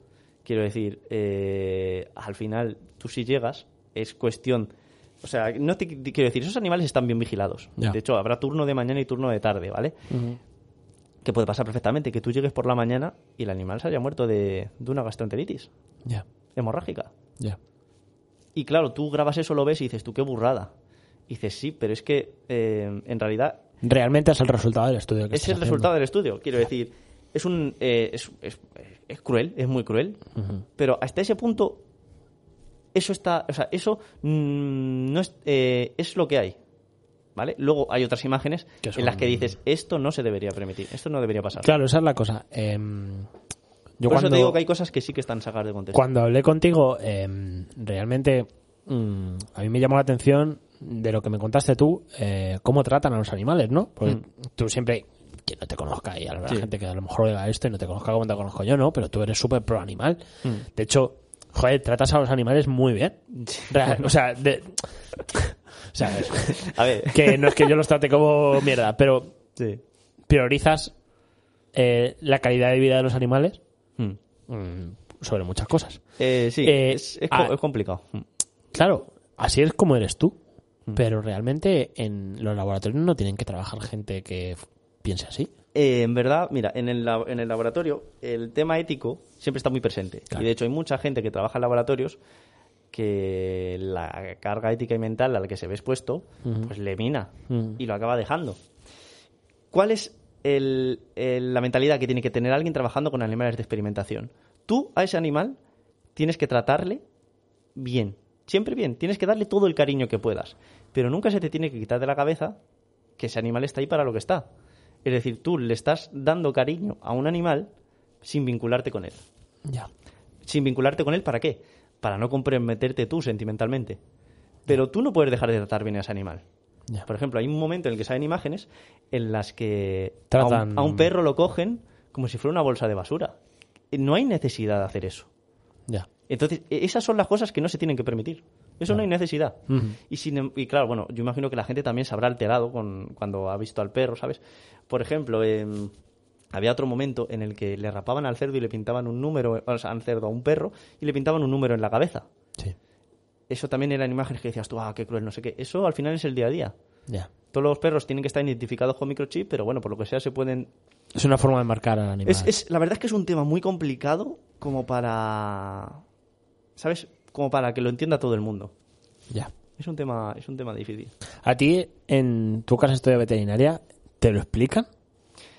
[SPEAKER 3] Quiero decir, eh, al final, tú si llegas, es cuestión. O sea, no te te quiero decir, esos animales están bien vigilados.
[SPEAKER 2] Ya.
[SPEAKER 3] De hecho, habrá turno de mañana y turno de tarde, ¿vale? Que puede pasar perfectamente, que tú llegues por la mañana y el animal se haya muerto de, de una gastroenteritis
[SPEAKER 2] Ya,
[SPEAKER 3] hemorrágica.
[SPEAKER 2] ya.
[SPEAKER 3] Y claro, tú grabas eso, lo ves y dices, tú qué burrada. Y dices, sí, pero es que eh, en realidad
[SPEAKER 2] Realmente es el resultado del estudio que
[SPEAKER 3] es
[SPEAKER 2] estás
[SPEAKER 3] el
[SPEAKER 2] haciendo.
[SPEAKER 3] resultado del estudio. Quiero decir, es un eh, es, es- es cruel, es muy cruel, pero hasta ese punto eso está, o sea, eso mm, no es, eh, es lo que hay. ¿Vale? Luego hay otras imágenes
[SPEAKER 2] Que
[SPEAKER 3] en las
[SPEAKER 2] son-
[SPEAKER 3] que dices, esto no se debería permitir, esto no debería pasar.
[SPEAKER 2] Claro, esa es la cosa. Em, yo
[SPEAKER 3] Por
[SPEAKER 2] cuando,
[SPEAKER 3] eso te digo que hay cosas que sí que están sacadas de contexto.
[SPEAKER 2] cuando hablé contigo, em, realmente mm, a mí me llamó la atención de lo que me contaste tú, eh, cómo tratan a los animales, ¿no? Porque tú siempre, que no te conozca, y a la gente que a lo mejor oiga esto y no te conozca como te conozco yo, ¿no? Pero tú eres súper pro animal. De hecho, joder, tratas a los animales muy bien. Real- o sea, de, o sea,
[SPEAKER 3] A ver,
[SPEAKER 2] que no es que yo los trate como mierda, pero
[SPEAKER 3] sí.
[SPEAKER 2] priorizas eh, la calidad de vida de los animales
[SPEAKER 3] Mm.
[SPEAKER 2] mm, sobre muchas cosas.
[SPEAKER 3] Eh, sí,
[SPEAKER 2] Eh,
[SPEAKER 3] es, es co-
[SPEAKER 2] ah.
[SPEAKER 3] es complicado. Mm.
[SPEAKER 2] Claro, así es como eres tú, pero realmente en los laboratorios no tienen que trabajar gente que f- piense así.
[SPEAKER 3] Eh, en verdad, mira, en el, lab- en el laboratorio el tema ético siempre está muy presente.
[SPEAKER 2] Claro.
[SPEAKER 3] Y de hecho hay mucha gente que trabaja en laboratorios que la carga ética y mental a la que se ve expuesto, pues le mina y lo acaba dejando. ¿Cuál es el- el- la mentalidad que tiene que tener alguien trabajando con animales de experimentación? Tú a ese animal tienes que tratarle bien, siempre bien, tienes que darle todo el cariño que puedas, pero nunca se te tiene que quitar de la cabeza que ese animal está ahí para lo que está. Es decir, tú le estás dando cariño a un animal sin vincularte con él.
[SPEAKER 2] Ya.
[SPEAKER 3] ¿Sin vincularte con él para qué? Para no comprometerte tú sentimentalmente. Pero tú no puedes dejar de tratar bien a ese animal.
[SPEAKER 2] Ya.
[SPEAKER 3] Por ejemplo, hay un momento en el que salen imágenes en las que a un-
[SPEAKER 2] Tratan-
[SPEAKER 3] a un perro lo cogen como si fuera una bolsa de basura. No hay necesidad de hacer eso.
[SPEAKER 2] Ya.
[SPEAKER 3] Entonces, e- esas son las cosas que no se tienen que permitir. Eso no hay necesidad. y, sin em- y claro, bueno, yo imagino que la gente también se habrá alterado con, cuando ha visto al perro, ¿sabes? Por ejemplo, em, había otro momento en el que le rapaban al cerdo y le pintaban un número, o sea, al cerdo a un perro y le pintaban un número en la cabeza.
[SPEAKER 2] Sí.
[SPEAKER 3] Eso también eran imágenes que decías tú, ah, qué cruel, no sé qué. Eso al final es el día a día.
[SPEAKER 2] Ya.
[SPEAKER 3] Todos los perros tienen que estar identificados con microchip, pero bueno, por lo que sea, se pueden
[SPEAKER 2] Es una forma de marcar al animal.
[SPEAKER 3] es, es- la verdad es que es un tema muy complicado como para. ¿Sabes? Como para que lo entienda todo el mundo.
[SPEAKER 2] Ya.
[SPEAKER 3] Es un tema, es un tema difícil.
[SPEAKER 2] A ti, en tu casa de estudio de veterinaria, ¿te lo explican?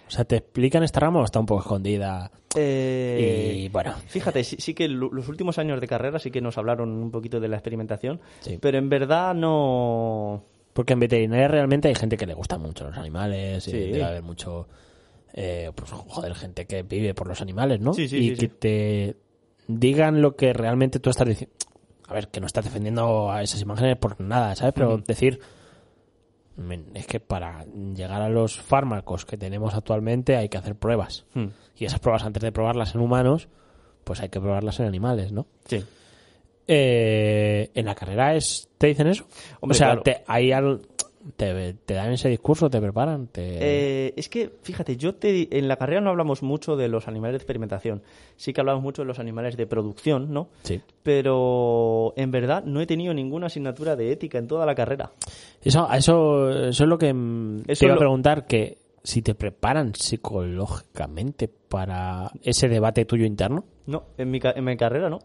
[SPEAKER 2] O sea, ¿te explican esta rama o está un poco escondida?
[SPEAKER 3] Eh,
[SPEAKER 2] Y bueno.
[SPEAKER 3] Fíjate, sí, sí que lo- los últimos años de carrera sí que nos hablaron un poquito de la experimentación,
[SPEAKER 2] Sí.
[SPEAKER 3] pero en verdad no.
[SPEAKER 2] Porque en veterinaria realmente hay gente que le gustan mucho los animales,
[SPEAKER 3] Sí.
[SPEAKER 2] y debe haber mucho, eh, pues, joder, gente que vive por los animales, ¿no?
[SPEAKER 3] Sí, sí,
[SPEAKER 2] y
[SPEAKER 3] sí,
[SPEAKER 2] que
[SPEAKER 3] sí.
[SPEAKER 2] te digan lo que realmente tú estás diciendo. A ver, que no estás defendiendo a esas imágenes por nada, ¿sabes? Pero decir, "Men, es que para llegar a los fármacos que tenemos actualmente hay que hacer pruebas.
[SPEAKER 3] Hmm.
[SPEAKER 2] Y esas pruebas, antes de probarlas en humanos, pues hay que probarlas en animales, ¿no?
[SPEAKER 3] Sí.
[SPEAKER 2] Eh, en la carrera es te dicen eso
[SPEAKER 3] Hombre,
[SPEAKER 2] o sea
[SPEAKER 3] claro.
[SPEAKER 2] te, ahí al- te, te dan ese discurso te preparan te
[SPEAKER 3] Eh, es que, fíjate, yo te, en la carrera no hablamos mucho de los animales de experimentación. Sí que hablamos mucho de los animales de producción, ¿no?
[SPEAKER 2] sí
[SPEAKER 3] Pero en verdad no he tenido ninguna asignatura de ética en toda la carrera.
[SPEAKER 2] eso eso eso es lo que mm,
[SPEAKER 3] Eso
[SPEAKER 2] te iba a
[SPEAKER 3] lo-
[SPEAKER 2] preguntar que si te preparan psicológicamente para ese debate tuyo interno
[SPEAKER 3] No, en mi, ca- en mi carrera no.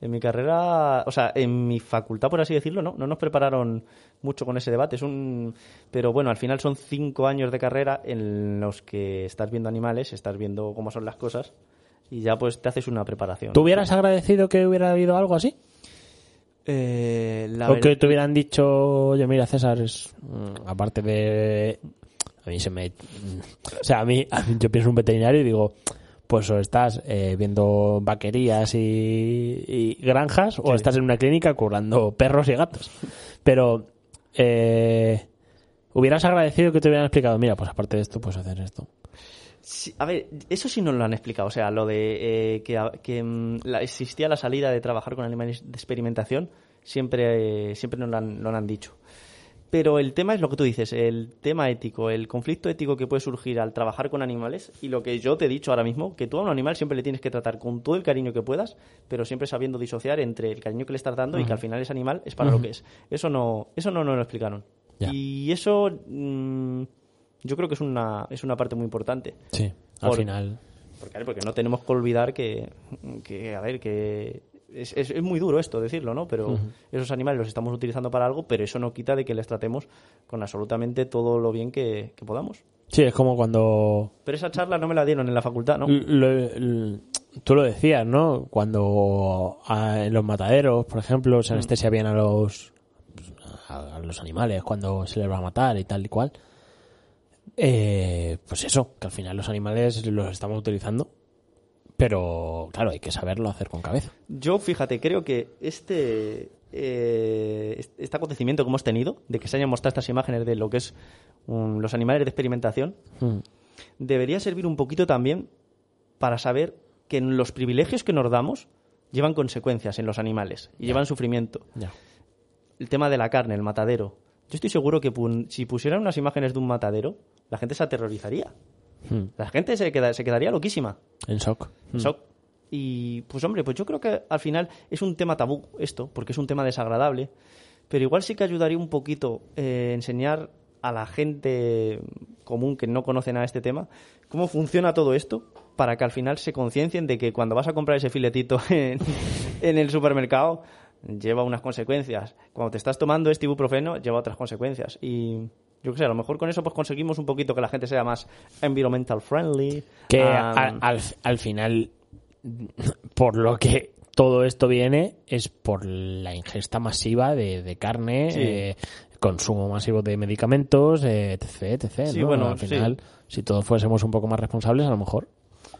[SPEAKER 3] En mi carrera, o sea, en mi facultad, por así decirlo, no, no nos prepararon mucho con ese debate. Es un, pero bueno, al final son cinco años de carrera en los que estás viendo animales, estás viendo cómo son las cosas y ya pues te haces una preparación.
[SPEAKER 2] ¿tú hubieras agradecido que hubiera habido algo así?
[SPEAKER 3] Eh, la
[SPEAKER 2] o
[SPEAKER 3] ver-
[SPEAKER 2] que te hubieran dicho oye mira César es mm, aparte de a mí se me o sea a mí, a mí- yo pienso en un veterinario y digo pues o estás eh, viendo vaquerías y, y granjas o estás en una clínica curando perros y gatos pero eh, hubieras agradecido que te hubieran explicado mira pues aparte de esto pues hacer esto
[SPEAKER 3] Sí, a ver, eso sí nos lo han explicado. O sea, lo de eh, que, a- que, mm, la- existía la salida de trabajar con animales de experimentación, siempre, eh, siempre nos lo han, nos lo han dicho. Pero el tema es lo que tú dices, el tema ético, el conflicto ético que puede surgir al trabajar con animales y lo que yo te he dicho ahora mismo, que tú a un animal siempre le tienes que tratar con todo el cariño que puedas, pero siempre sabiendo disociar entre el cariño que le estás dando y que al final ese animal es para lo que es. Eso no, eso no nos lo explicaron.
[SPEAKER 2] Ya.
[SPEAKER 3] Y eso mm, yo creo que es una, es una parte muy importante.
[SPEAKER 2] sí al
[SPEAKER 3] Por-
[SPEAKER 2] final
[SPEAKER 3] Porque, a ver, porque no tenemos que olvidar que, que, a ver, que es, es- es muy duro esto decirlo, ¿no? Pero esos animales los estamos utilizando para algo, pero eso no quita de que les tratemos con absolutamente todo lo bien que, que podamos.
[SPEAKER 2] sí es como cuando
[SPEAKER 3] Pero esa charla no me la dieron en la facultad, ¿no?
[SPEAKER 2] Lo- l- tú lo decías, ¿no? Cuando ah, en los mataderos, por ejemplo, se anestesia bien a los a, a los animales cuando se les va a matar y tal y cual. Eh, pues eso, que al final los animales los estamos utilizando, pero claro, hay que saberlo hacer con cabeza.
[SPEAKER 3] Yo, fíjate, creo que este, eh, est- este acontecimiento que hemos tenido, de que se hayan mostrado estas imágenes de lo que es um, los animales de experimentación, debería servir un poquito también para saber que en los privilegios que nos damos llevan consecuencias en los animales y llevan sufrimiento.
[SPEAKER 2] Ya.
[SPEAKER 3] El tema de la carne, el matadero. Yo estoy seguro que pun- si pusieran unas imágenes de un matadero, la gente se aterrorizaría.
[SPEAKER 2] Hmm.
[SPEAKER 3] La gente se, queda- se quedaría loquísima.
[SPEAKER 2] En shock.
[SPEAKER 3] Shock. Y pues hombre, pues yo creo que al final es un tema tabú esto, porque es un tema desagradable, pero igual sí que ayudaría un poquito eh, enseñar a la gente común que no conocen a este tema, ¿cómo funciona todo esto para que al final se conciencien de que cuando vas a comprar ese filetito <laughs> en, en el supermercado lleva unas consecuencias? Cuando te estás tomando este ibuprofeno lleva otras consecuencias. Y yo qué sé, a lo mejor con eso pues conseguimos un poquito que la gente sea más environmental friendly.
[SPEAKER 2] Que
[SPEAKER 3] ah,
[SPEAKER 2] al, al- al final, por lo que todo esto viene, es por la ingesta masiva de, de carne,
[SPEAKER 3] Sí.
[SPEAKER 2] eh, consumo masivo de medicamentos, eh, etc. etc
[SPEAKER 3] Sí,
[SPEAKER 2] ¿no?
[SPEAKER 3] bueno,
[SPEAKER 2] al final, si todos fuésemos un poco más responsables, a lo mejor.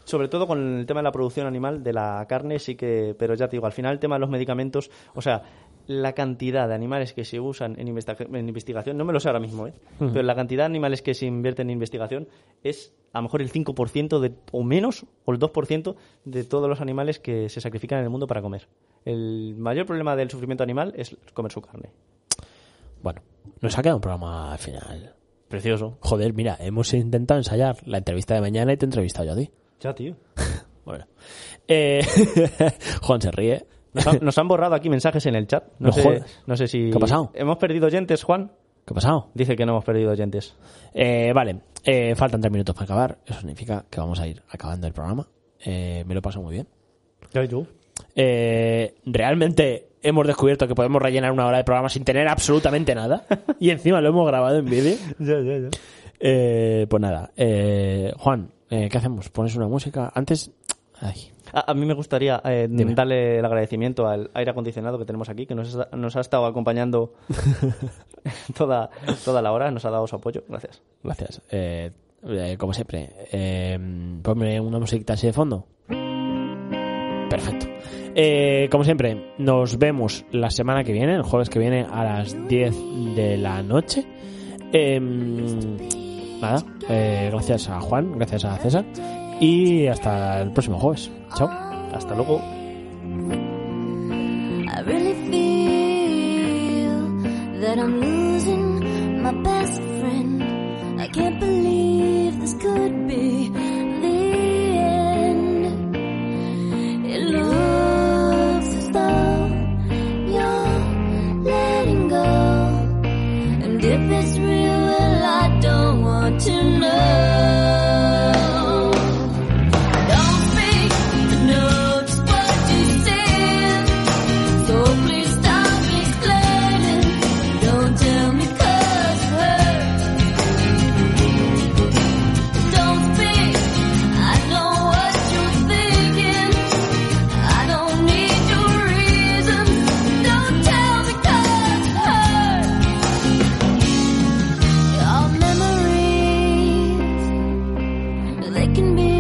[SPEAKER 3] Sobre todo con el tema de la producción animal, de la carne, sí que. Pero ya te digo, al final el tema de los medicamentos, o sea, la cantidad de animales que se usan en, investa- en investigación, no me lo sé ahora mismo, ¿eh? pero la cantidad de animales que se invierten en investigación es a lo mejor el 5% de, o menos, o el 2% de todos los animales que se sacrifican en el mundo para comer. El mayor problema del sufrimiento animal es comer su carne.
[SPEAKER 2] Bueno, nos ha quedado un programa al final.
[SPEAKER 8] Precioso.
[SPEAKER 2] Joder, mira, hemos intentado ensayar la entrevista de mañana y te he entrevistado yo a ti.
[SPEAKER 3] Ya, tío.
[SPEAKER 2] Bueno. Eh, <laughs> Juan se ríe.
[SPEAKER 3] Nos han, nos han borrado aquí mensajes en el chat. No,
[SPEAKER 2] No
[SPEAKER 3] sé,
[SPEAKER 2] jodas.
[SPEAKER 3] no sé si.
[SPEAKER 2] ¿Qué ha pasado?
[SPEAKER 3] ¿Hemos perdido oyentes, Juan?
[SPEAKER 2] ¿Qué ha pasado?
[SPEAKER 3] Dice que no hemos perdido oyentes.
[SPEAKER 2] Eh, vale, eh, faltan tres minutos para acabar. Eso significa que vamos a ir acabando el programa. Eh, me lo paso muy bien.
[SPEAKER 3] Ya, yo.
[SPEAKER 2] Eh, realmente hemos descubierto que podemos rellenar una hora de programa sin tener absolutamente nada. Y encima lo hemos grabado en vídeo. Eh, pues nada, eh, Juan, eh, ¿qué hacemos? ¿Pones una música? Antes... Ay,
[SPEAKER 3] A, a mí me gustaría eh,
[SPEAKER 2] Dime.
[SPEAKER 3] darle el agradecimiento al aire acondicionado que tenemos aquí, que nos, ha- nos ha estado acompañando toda, toda la hora, nos ha dado su apoyo. Gracias.
[SPEAKER 2] gracias. Eh, eh, como siempre, eh, ponme una musiquita así de fondo. Perfecto. Eh, como siempre, nos vemos la semana que viene, el jueves que viene a las 10 de la noche. Eh, nada, eh, gracias a Juan, gracias a César y hasta el próximo jueves. Chao.
[SPEAKER 3] Hasta luego.
[SPEAKER 9] I really feel that I'm losing my best friend. I can't believe this could be the end. It looks as though you're letting go. And if it's real, well, I don't want to know. Don't speak to notice what you said. So please stop explaining. Don't tell me 'cause it hurts. Don't speak. I know what you're thinking. I don't need your reason. Don't tell me 'cause it hurts. All memories they can be